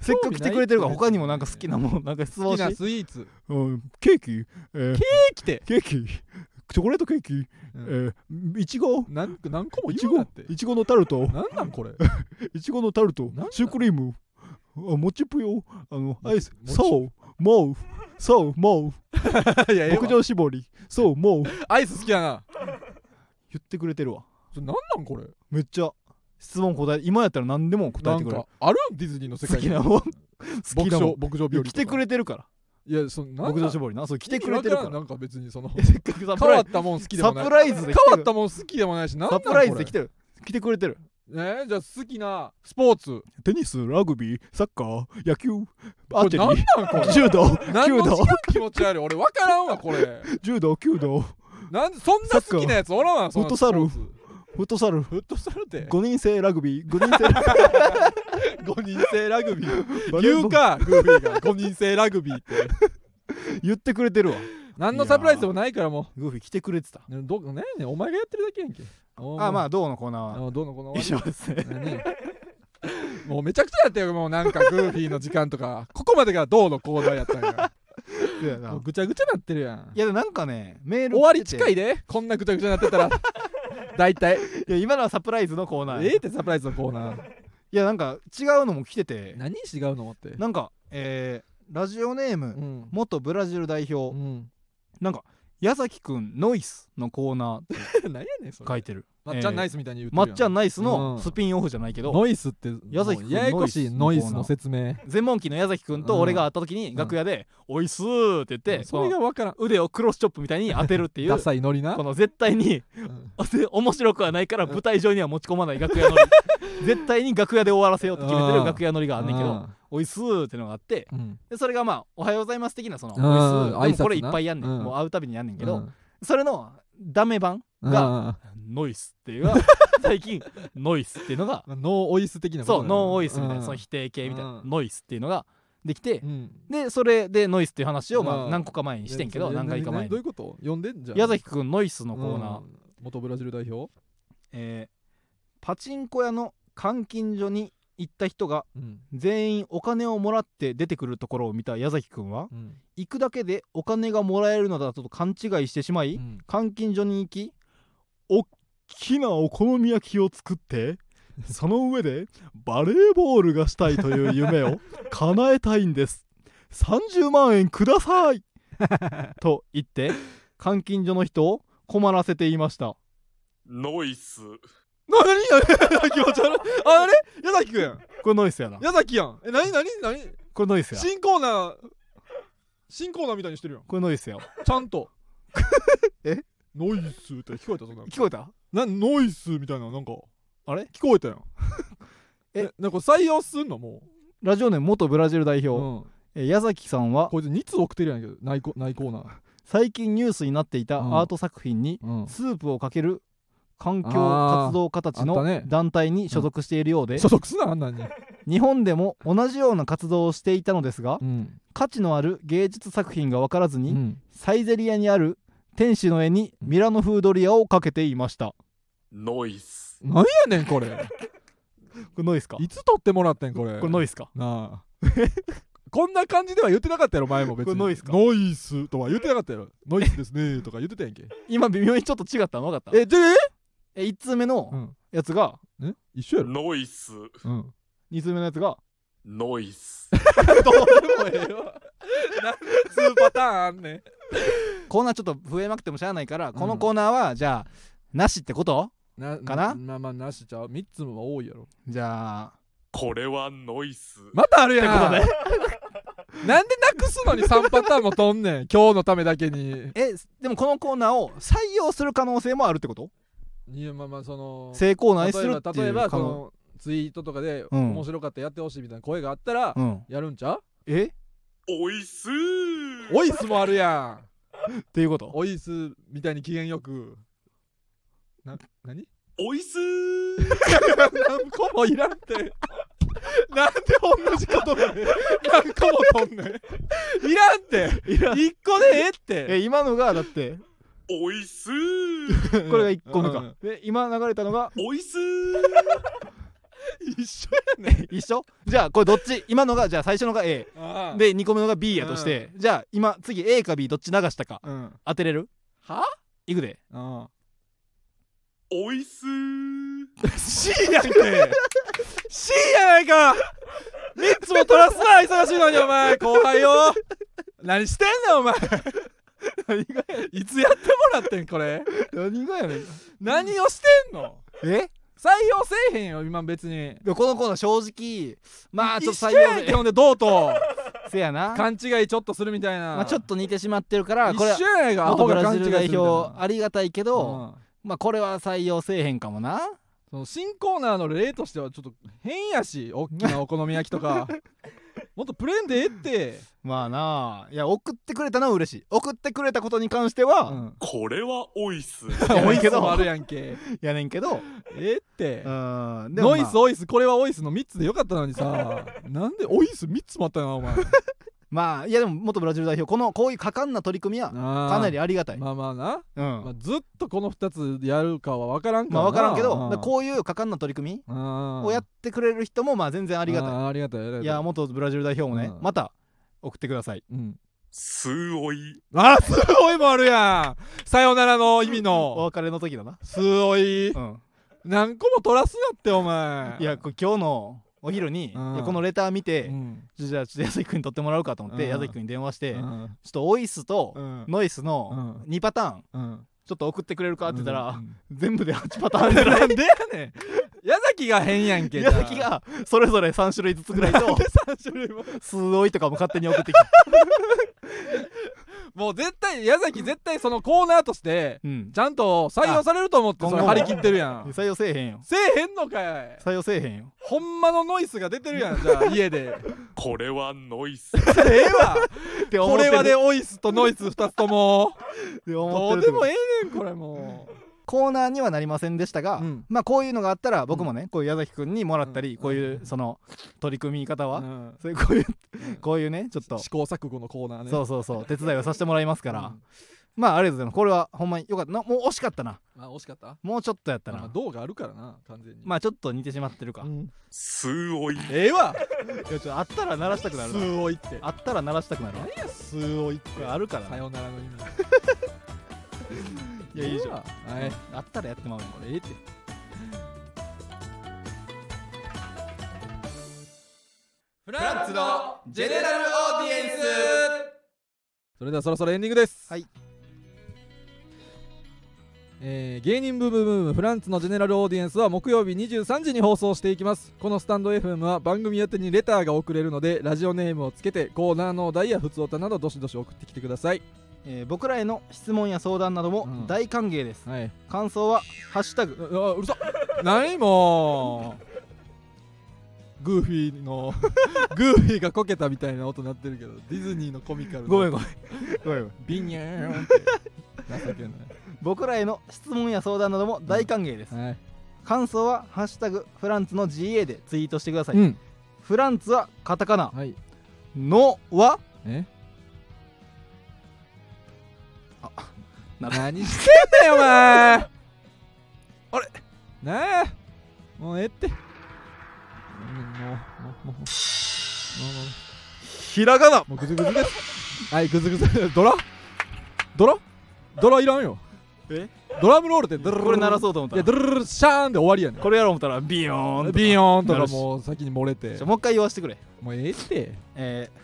A: せっかく来てくれてるから他にもなんか好きなものなんか質
B: 好
A: 問
B: きな
A: し、
B: スイーツ
A: うん、ケーキ、えー
B: 来て
A: ケーキチョコレートケーキ、
B: うん
A: えーいちご
B: なん何個も
A: いち
B: 言うな
A: ご
B: って
A: いちごのタル ト
B: なんなんこれ
A: いちごのタルト
B: なんだ
A: シュークリームあもちぷよあのアイス
B: もち
A: そうもうそうもう
B: いやええわ
A: 牧場絞りそうもう
B: アイス好きやな
A: 言ってくれてるわ
B: それなんなんこれ
A: めっちゃ質問答え今やったら何でも答
B: な
A: えて
B: ん
A: くれる
B: かあるんディズニーの世
A: 好
B: 界
A: きなもん好き
B: 牧
A: なも
B: 場
A: ん
B: 牧場
A: い
B: 日
A: や
B: 和
A: 来てく
B: れ
A: れてるから
B: いやそのなんか
A: 牧場絞りなそう来てくれてるか
B: 意味わらんな
A: ら
B: んか別にその
A: せっか くサプ
B: 変
A: ラ
B: わ
A: イ
B: ったもん好き
A: ズ
B: でも
A: サ
B: ない
A: プライズで来て
B: 変わ
A: る
B: ったもん好きでもないしなんな
A: サ
B: ん
A: プライズで来
B: て
A: てる来てくれてる
B: えーじゃあ好きなスポーツ
A: テニスラグビーサッカー野球ア
B: こ
A: ーチェ
B: れなん
A: リ
B: なんこ
A: ー
B: れ
A: 柔道
B: 何
A: 弓
B: の
A: 道
B: 違う気持ち悪い俺分からんわこれ
A: 柔道弓道
B: なんそんな好きなやつおらんわそんな
A: フットサル
B: スポーツ
A: フットサル
B: フットサルって
A: 5人制ラグビー5人制ラ
B: 5人制ラグビー
A: グビー
B: 言うかグーフィーが5人制ラグビーって
A: 言ってくれてるわ
B: 何のサプライズでもないからも
A: グーフィー来てくれてた
B: うどうねねお前がやってるだけやんけ
A: あま
B: あ
A: あどうのコーナーは
B: どうのこの
A: 一緒ですね
B: 何もうめちゃくちゃやったよもうなんかグーフィーの時間とかここまでがどうのコーナーやっ たから
A: そうやな
B: もうぐちゃぐちゃなってるやん
A: いやでもなんかねメール
B: 終わり近い
A: で
B: でこんなぐちゃぐちゃなってたら大 体
A: いや今のはサプライズのコーナーや
B: ええってサプライズのコーナー
A: いやなんか違うのも来てて
B: 何違うのって
A: なんかえーラジオネー
B: う
A: ム
B: ん
A: 元ブラジル代
B: う
A: 表
B: ん
A: なんか矢崎くんノイスのコーナーって
B: 何やねんそれ
A: 書いてる
B: まっちゃんナイ
A: ス
B: スみたいに言うてる
A: ま
B: やん
A: っちゃんナイスの
B: うん
A: スピンオフじゃないけど
B: ノイスって
A: 矢崎
B: も
A: 君
B: うややこしい
A: ノ
B: ノ
A: イ
B: イ
A: ス
B: ス
A: の
B: の説明
A: 全問期の矢崎くんと俺が会った時に
B: ん
A: 楽屋で「おいっす」って言って
B: それ
A: こ
B: がわからん
A: の腕をクロスチョップみたいに当てるってい
B: ダ
A: う
B: サいノリな
A: この絶対に
B: うん
A: で面白くはないから舞台上には持ち込まない楽 屋乗り絶対に楽屋で終わらせようって決めてる楽屋乗りがあんねんけど「おいっす」ってのがあって
B: うん
A: でそれがまあ「おはようございます」的なその「おい
B: うん
A: っす」でも
B: 挨拶な
A: これいっぱいやんねん
B: うん
A: もう会うたびにやんねんけ
B: う
A: ど
B: ん
A: それのダメ版が「ノイス」っていう のが最近「ノイス」っていうのが
B: うんノーオイス的なこと
A: そ
B: だよ
A: う「
B: ね
A: ノンオイス」みたいな
B: うん
A: その否定形みたいな「
B: うん
A: ノイス」っていうのができて
B: うん
A: でそれで「ノイス」っていう話をま
B: う
A: あ
B: ん
A: 何個か前にしてんけど
B: え
A: 何回か前
B: どう
A: に
B: いうこと呼んでんじゃん
A: 矢崎くん「ノイス」のコーナー
B: うん元ブラジル代表
A: えーパチンコ屋の監禁所に行った人が
B: うん
A: 全員お金をもらって出てくるところを見た矢崎くんは
B: うん
A: 行くだけでお金がもらえるのだと勘違いしてしまい、
B: うん
A: 監禁所に行きおっきなお好み焼きを作 ってその上でバレーボールがしたいという夢 を叶えたいんです30万円くださ いと言って監禁所の人を困らせていました
C: ノイス。
B: ななに なに気持ち悪いああれ矢崎くんやん
A: これノイズやな
B: 矢崎やんえなになになに
A: これノイズや
B: 新コーナー新コーナーみたいにしてるやん
A: これノイズや
B: ちゃんと
A: え
B: ノイスって聞こえたそんな
A: 聞こえた
B: なノイスみたいななんか
A: あれ
B: 聞こえたやん
A: え
B: えなんか採用すんのも
A: ラジオネーム元ブラジル代
B: う、
A: 表、
B: うん、
A: えー矢崎さんは
B: こいつ2通送ってるやんけどないこないコーナー、
A: 最近ニュースになっていた
B: うん
A: アート作品に
B: うん、
A: スープをかける環境
B: あー
A: 活動家たち
B: あった
A: の
B: ね
A: 団体に所属しているようで、
B: 所属すなあんなんに、
A: 日本でも同じような活動をしていたのですが
B: うん
A: 価値のある芸術作品が分からず
B: う
A: に、
B: ん、
A: サイゼリアにある天使の絵にミラノフードリアをかけていました。
C: ノイス。
B: なんやねんこ れ
A: これノイズか
B: いつ撮ってもらってんこれ
A: これノイズか
B: なあ こんな感じでは言ってなかったやろ前も別に
A: これノイスか
B: ノイスとは言ってなかったやろノイスですねとか言ってたやんけ
A: 今微妙にちょっと違ったの分かった
B: えで、
A: え1通目
B: う
A: の
B: ん、
A: やつが
B: え一緒やろ、
C: ノイス。
B: うん
A: 2通目のやつが
C: ノイス。
B: どうでもええわ。なんで2パターンあんねん。
A: コーナーちょっと増えまくてもしゃあないから、このコーナーはじゃあなしってこと
B: な
A: かな
B: まあまあなしちゃう。3つも多いやろ。
A: じゃあ
C: これはノイス。
B: またあ るやん。
A: って
B: なんでなくすのに3パターンもとんねん。今日のためだけに。
A: えでもこのコーナーを採用する可能性もあるってこと
B: いやまあまあその。
A: 成功
B: 例
A: 内
B: え
A: するって
B: ば
A: いう
B: 例えば
A: 可
B: そ
A: 能
B: のツイートとかで
A: うん
B: 面白かったやってほしいみたいな声があったら
A: うん
B: やるんちゃう
A: えっ
C: おいす
B: オイスもあるやん。
A: ていうこと
B: オイスみたいに機嫌よく。な、なに
C: おいす
B: 何個もいらんて。なんで同じことだね。何個もとんねん。いらんて。
A: いや
B: 一個でええって
A: え今のがだって
C: おいす
B: こ
A: これが1個目かで今流れたのが
C: おいす
B: 一緒
A: 一緒じゃあこれどっち今のがじゃあ最初のが A
B: やで
A: で2個目のが B やとしてじゃあ今次 A か B どっち流したか
B: うん
A: 当てれる
B: はい
A: くで
B: あ
C: おいす
B: C やんけ C やないか三つも取らすな忙しいのにお前後輩よ 何してんねんお前
A: 何が
B: いつやってもらってんこれ
A: 何がやねん
B: 何をしてんの
A: え
B: 採用せえへんよ今別に
A: でもこのコーナー正直まあちょっと採
B: 一緒や
A: 用
B: ん
A: で
B: けほんでどうと
A: せやな、
B: 勘違いちょっとするみたいな、
A: まあ、ちょっと似てしまってるから
B: 一
A: これは
B: 緒やがア
A: 元
B: ホ
A: ブ
B: が
A: ラ
B: 勘違
A: ジ
B: いす
A: ル
B: るみたい
A: 代
B: な
A: 表ありがたいけど、
B: うん
A: まあこれは採用せえへんかもな
B: その新コーナーの例としてはちょっと変やし大きなお好み焼き とかもっとプレーンでええって、
A: まあなあいや送ってくれたのは嬉しい送ってくれたことに関しては、
B: うん、
C: これはおいっす。
A: 多いけど
B: ノイスもあるやんけ
A: やねんけど、
B: ええって、
A: うん
B: ノイス
A: を
B: オイスこれはオイスの3つでよかったのにさなんでオイス3つもあったよなお前
A: まあいやでも元ブラジル代表このこういう果敢な取り組みは
B: か
A: かなりありがたい、
B: まあまあな、
A: うん
B: まあ、ずっとこの2つやるかは分からんから
A: まあ
B: な
A: 分からんけど、だ
B: ん
A: からこういう果敢な取り組み
B: うん
A: をやってくれる人もまあ全然あ
B: あ
A: りがた
B: ーありがたいありがた
A: い
B: い
A: いや元ブラジル代表もね、
B: うん
A: また送ってください
B: うん、
C: すおい。
B: あすごいもあるやんさよならの意味
A: お
B: の
A: 別れの時だな
B: すごい、
A: うん
B: 何個も取らすなってお前
A: いやこれ今日のお昼に、
B: うん
A: いやこのレター見て、
B: うん
A: じゃあちょっと矢崎君に取ってもらうかと思って、
B: うん
A: 矢崎君に電話して、
B: う
A: ちょ
B: ん
A: っとオイスと
B: う ん
A: ノイスの
B: う
A: 2パターン
B: うん
A: ちょっと送ってくれるかって言ったら、
B: うん
A: 全部で8パターンじ ゃない
B: なんでやねん矢崎が変やんけ
A: 矢崎がそれぞれ3種類ずつぐらいと
B: 3種類も
A: 数多いとかも勝手に送ってきた、
B: もう絶対矢崎絶対そのコーナーとして
A: うん、
B: ちゃんと採用されると思って
A: あ
B: それ張り切ってるやん
A: 採用せえへんよ
B: せえへんのかい
A: 採用せえへんよ
B: ほんまのノイスが出てるやんじゃ あ家で
C: これはノイス。
B: それええわ
A: って思
B: こ
A: って
B: れ
A: る
B: はでオイスとノイス2つとも
A: って思
B: ど
A: っ
B: う
A: て
B: で
A: る
B: もええねんこれも
A: コーナーにはなりませんでしたが、
B: うん
A: まあこういうのがあったら僕もね、こういう矢崎くんにもらったり、
B: うん
A: こういうその取り組み方
B: う、
A: は、
B: うん
A: そういうこういうこういうねちょっと、
B: 試行錯誤のコーナーね
A: そううそうそう手伝いをさせてもらいますから、
B: ん
A: まあありがとうございますこれはほんまによかったなもう惜しかったな
B: まあ惜しかった
A: もうちょっとやった
B: まあ
A: な
B: 動画あるからな完全に
A: まあちょっと似てしまってるか、
B: う
A: い
B: ん
C: すおい。
B: ええわ
A: やちょっとあったら鳴らしたくなるな
B: 数をいって
A: あったら鳴らしたくなるわ
B: 何や数をいって
A: これあるから
B: さよならの意味
A: いやいいじゃん
B: はい
A: あったらやってまうねんこれ
B: ええってフランツのジェネラルオーディエンスそれではそろそろエンディングです
A: はい
B: えー芸人ブームブームフランツのジェネラルオーディエンスは木曜日23時に放送していきますこのスタンド FM は番組宛てにレターが送れるのでラジオネームをつけてコーナーのお題やふつおたなどどしどし送ってきてください
A: えー僕らへの質問や相談など
B: う
A: も
B: ん
A: 大歓迎です、
B: はい
A: 感想は「ハッシュタグ
B: ううるさ何もうグーフィーのグーフィーがこけたみたいな音鳴ってるけどディズニーのコミカル」
A: ごめん
B: ん
A: ごめんごめんごめん
B: ビニャーンって情けな
A: 僕らへの質問や相談なども大歓迎です、
B: い、はい
A: 感想は「ハッシュタグフランツの GA」でツイートしてください、
B: うん
A: フランツはカタカナ
B: はい
A: のは
B: え
A: あな
B: 何してんだよお前あれなあもうええってうんもうもうもうもうもうもう
A: ひらがな
B: もうグズグズですはいグズグズドラドラドラいらんよ
A: え
B: ドラムロールってドゥルルル
A: これ鳴らそうと思っ
B: いや
A: た
B: ド
A: ら
B: ゥルルルシャーンで終わりやね
A: これやろう思ったらビヨーン
B: んビヨーンと
A: なる
B: か
A: し
B: もう先に漏れて
A: じゃあもう一回言わせてくれ
B: もうええって
A: えー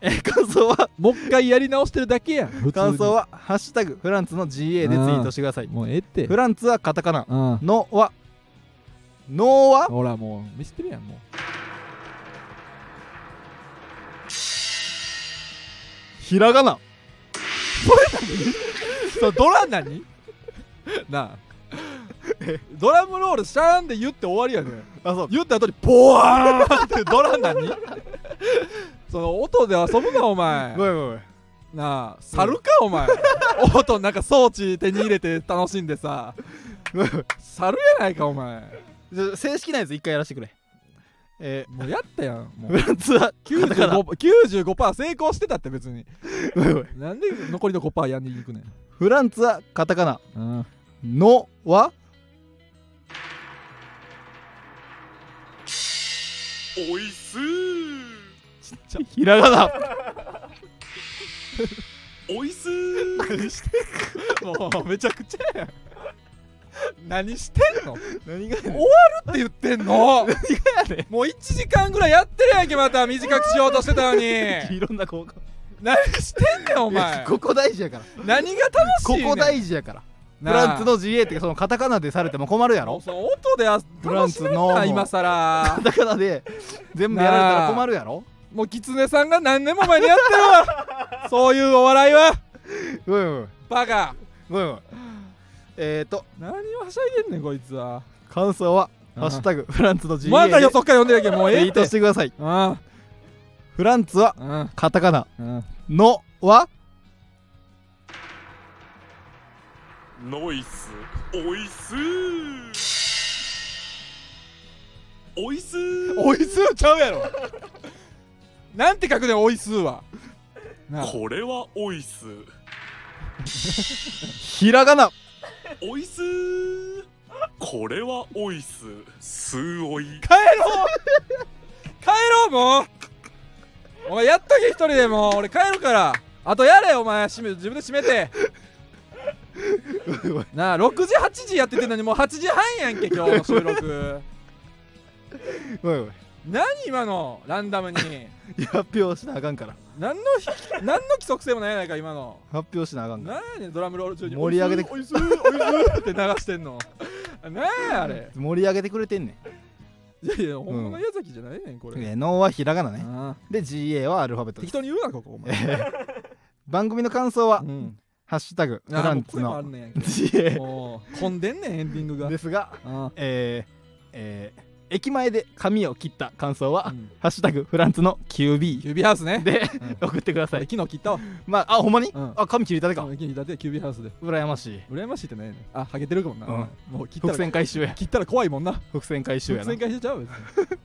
A: えー感想は
B: もう一回やり直してるだけやん普通に
A: 感想は「ハッシュタグフランツの GA」でツイートしてください
B: もうええって
A: フランツはカタカナ
B: うん
A: のはのは
B: ほらもう見せてるやんもう
A: ひらがな
B: それドラ 何なあドラムロールシャーンで言って終わりやねん
A: あそう
B: 言った後にポワーンってドラ何その音で遊ぶなお前
A: ごめんごめん
B: なあ猿かお前音なんか装置手に入れて楽しんでさ
A: ごめんごめん
B: 猿やないかお前
A: じゃあ正式なやつ一回やらせてくれえ
B: もうやったやんも
A: ー、
B: う
A: フランツはカタカナ
B: 95%, 95成功してたって別に
A: ごめんごめん
B: なんで残りの5%やんでいくねん、
A: フランツはカタカナ
B: うん、
A: のは
C: おいっす。
A: ひらがな
C: おいっす。
B: もうめちゃくちゃやん何してんのって
A: 何が
B: 言ってんのもう1時間ぐらいやってるやんけまた短くしようとしてたのに
A: い ろんな効果
B: 何してんねんお前
A: ここ大事やから
B: 何が楽しい
A: こ
B: ねん
A: こ大事やからフ
B: なあ
A: ランツの GA ってそのカタカナでされても困るやろ
B: その音であ
A: フラン
B: 楽
A: ス
B: し
A: の
B: めんな今さら
A: カタカナで全部やられたら困るやろ
B: もうキツネさんが何年も前にやってるわそういうお笑いは
A: ごめんごめん
B: バカ
A: ごめんごめんえーと
B: 何をはしゃいでんねんこいつは
A: 感想は「
B: あ
A: ハッシュタグフランツの GA」
B: まだ
A: で
B: よそっから読んでるやんけもう
A: ツ
B: ええ
A: イー
B: っ
A: ト
B: て
A: してください
B: あ
A: フランツは
B: あうん
A: カタカナ
B: うん
A: のは
C: ノイスおいすおいす
B: おいすーちゃうやろなんて書くねんおいすーはなあ
C: これはおいす
A: ひらがな
C: おいすこれはおいすすおい
B: 帰ろう帰ろうもうお前やっとけ一人でもう俺帰るからあとやれお前閉め自分で閉めてなあ6時8時やっててんのにもう8時半やんけ今日の収録
A: ごめんごめん
B: 何今のランダムに
A: 発表しなあかんから
B: 何のひ何の規則性もないやないか今の
A: 発表しなあかんから
B: 何やねんドラムロール中に
A: 盛り上げて
B: おいすーおいすーおいすーって流してんの何やあれ
A: 盛り上げてくれてんね
B: いやいや、ほんまの矢崎じゃないねん、こ
A: ん
B: れ。
A: えーのはひらがなね
B: ああ
A: で GA はアルファベットで
B: 適
A: す
B: 当に言うな、ここ、お前。
A: 番組の感想は
B: うん。
A: 「ハッシュタグフ
B: あ
A: ラ
B: あ、も
A: ン
B: うこ
A: ツ
B: れも
A: の
B: あるねんやけど
A: GA
B: もう、混んでんねん、エンディング」が。
A: ですが
B: あ
A: えーえー駅前で髪を切った感想
B: あ。う
A: は
B: ん
A: 「ハッシュタグフランツの QB
B: キュービーハウス」ね。
A: で
B: うん、
A: 送ってくださ
B: 俺
A: い
B: 昨日切ったわ。
A: まああほんまに
B: うん
A: あ髪切りたてか
B: 昨日切ったって、キュービーハウスで。
A: 羨ましい
B: 羨ましいってないねん。あ、ハゲてるかもんな。
A: うん
B: もう切っ
A: 伏
B: たら、
A: 線回収や
B: 切ったら怖いもんな。
A: 伏線回収
B: 伏
A: やな
B: 線回収ちゃう別に。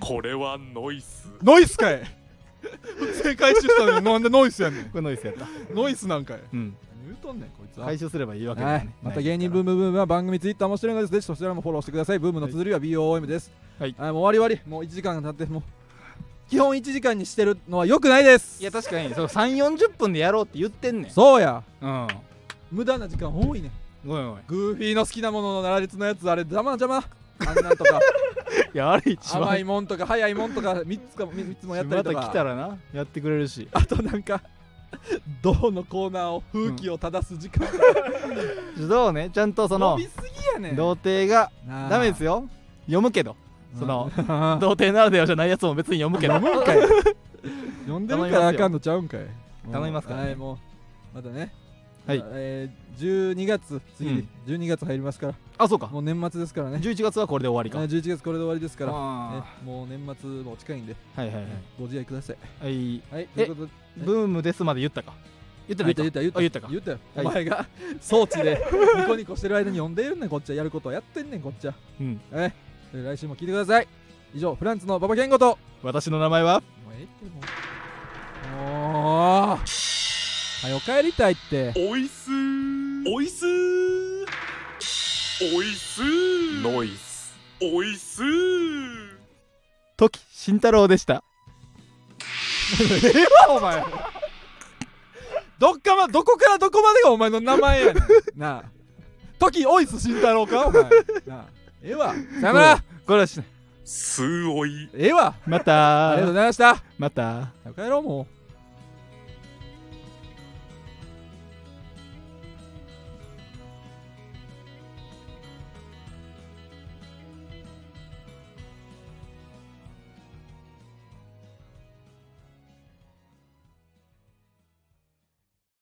C: これはノイス
B: ノイスかい伏線回収したのに、なんでノイスやねん。
A: これノイズやった
B: ノイスなんかい。
A: うん
B: 何言うとんねん、こいつは。
A: 回収すればいいわけだ
B: は
A: よ
B: い
A: ね、
B: また芸人ブー
A: ム
B: ムブームは番組ツイッターもしてるのでぜひそちらもフォローしてくださいブームの綴りは BOOM です
A: はい
B: あもう終わり終わりもう1時間経ってもう基本1時間にしてるのはよくないです
A: いや確かにそう3 4 0分でやろうって言ってんねん
B: そうや
A: うん
B: 無駄な時間多いね
A: ごめんごめん
B: グーフィーの好きなものの羅列のやつあれ邪魔邪魔あんなんと か
A: いやあれ一番
B: 甘いもんとか早いもんとか3つか三つもやったり
A: ま
B: と
A: た
B: か
A: 来たらなやってくれるし
B: あとなんか銅のコーナーを風紀を正す時間、
A: どうねちゃんとそ
B: 伸
A: の
B: びすぎやねん
A: 童貞が
B: なあ
A: ダメですよ読むけどその童貞ならではじゃないやつも別に読 むけど
B: 飲むんかい 呼んでるからあかんのちゃうんかい
A: 頼みますからね
B: はいもうまたね
A: はい
B: えー、12月次、
A: うん
B: 12月入りますから
A: あそうか
B: もう年末ですからね
A: 11月はこれで終わり
B: え
A: か
B: ー11月これで終わりですから、ね
A: あ、
B: もう年末も近いんで
A: ーはいはい
B: ご自愛ください
A: はいはい
B: はいとい
A: え
B: うことで
A: ブームですまで言ったか言ってな
B: 言っ
A: い
B: た
A: か
B: 言った言った
A: あ言ったかは
B: 言ったよ、
A: い
B: お前が装置でニコニコしてる間に呼んでいるねんこっちはやることはやってんねんこっちは
A: うん
B: えー来週も聞いてください以上フランスの馬場健吾と
A: 私の名前は
B: もうええってもうもうはよ帰りたいって
C: おいすおいすおいすノイスおいす
A: 時慎太郎で した
B: お前どっかまどこからどこまでがお前の名前やねん なあ時オイス慎太郎かお前なあええわさよ なら
A: これはしない
C: すおい
B: ええわ
A: ま
B: ありがとう
A: た
B: ございましたは
A: また
B: よ帰ろうもう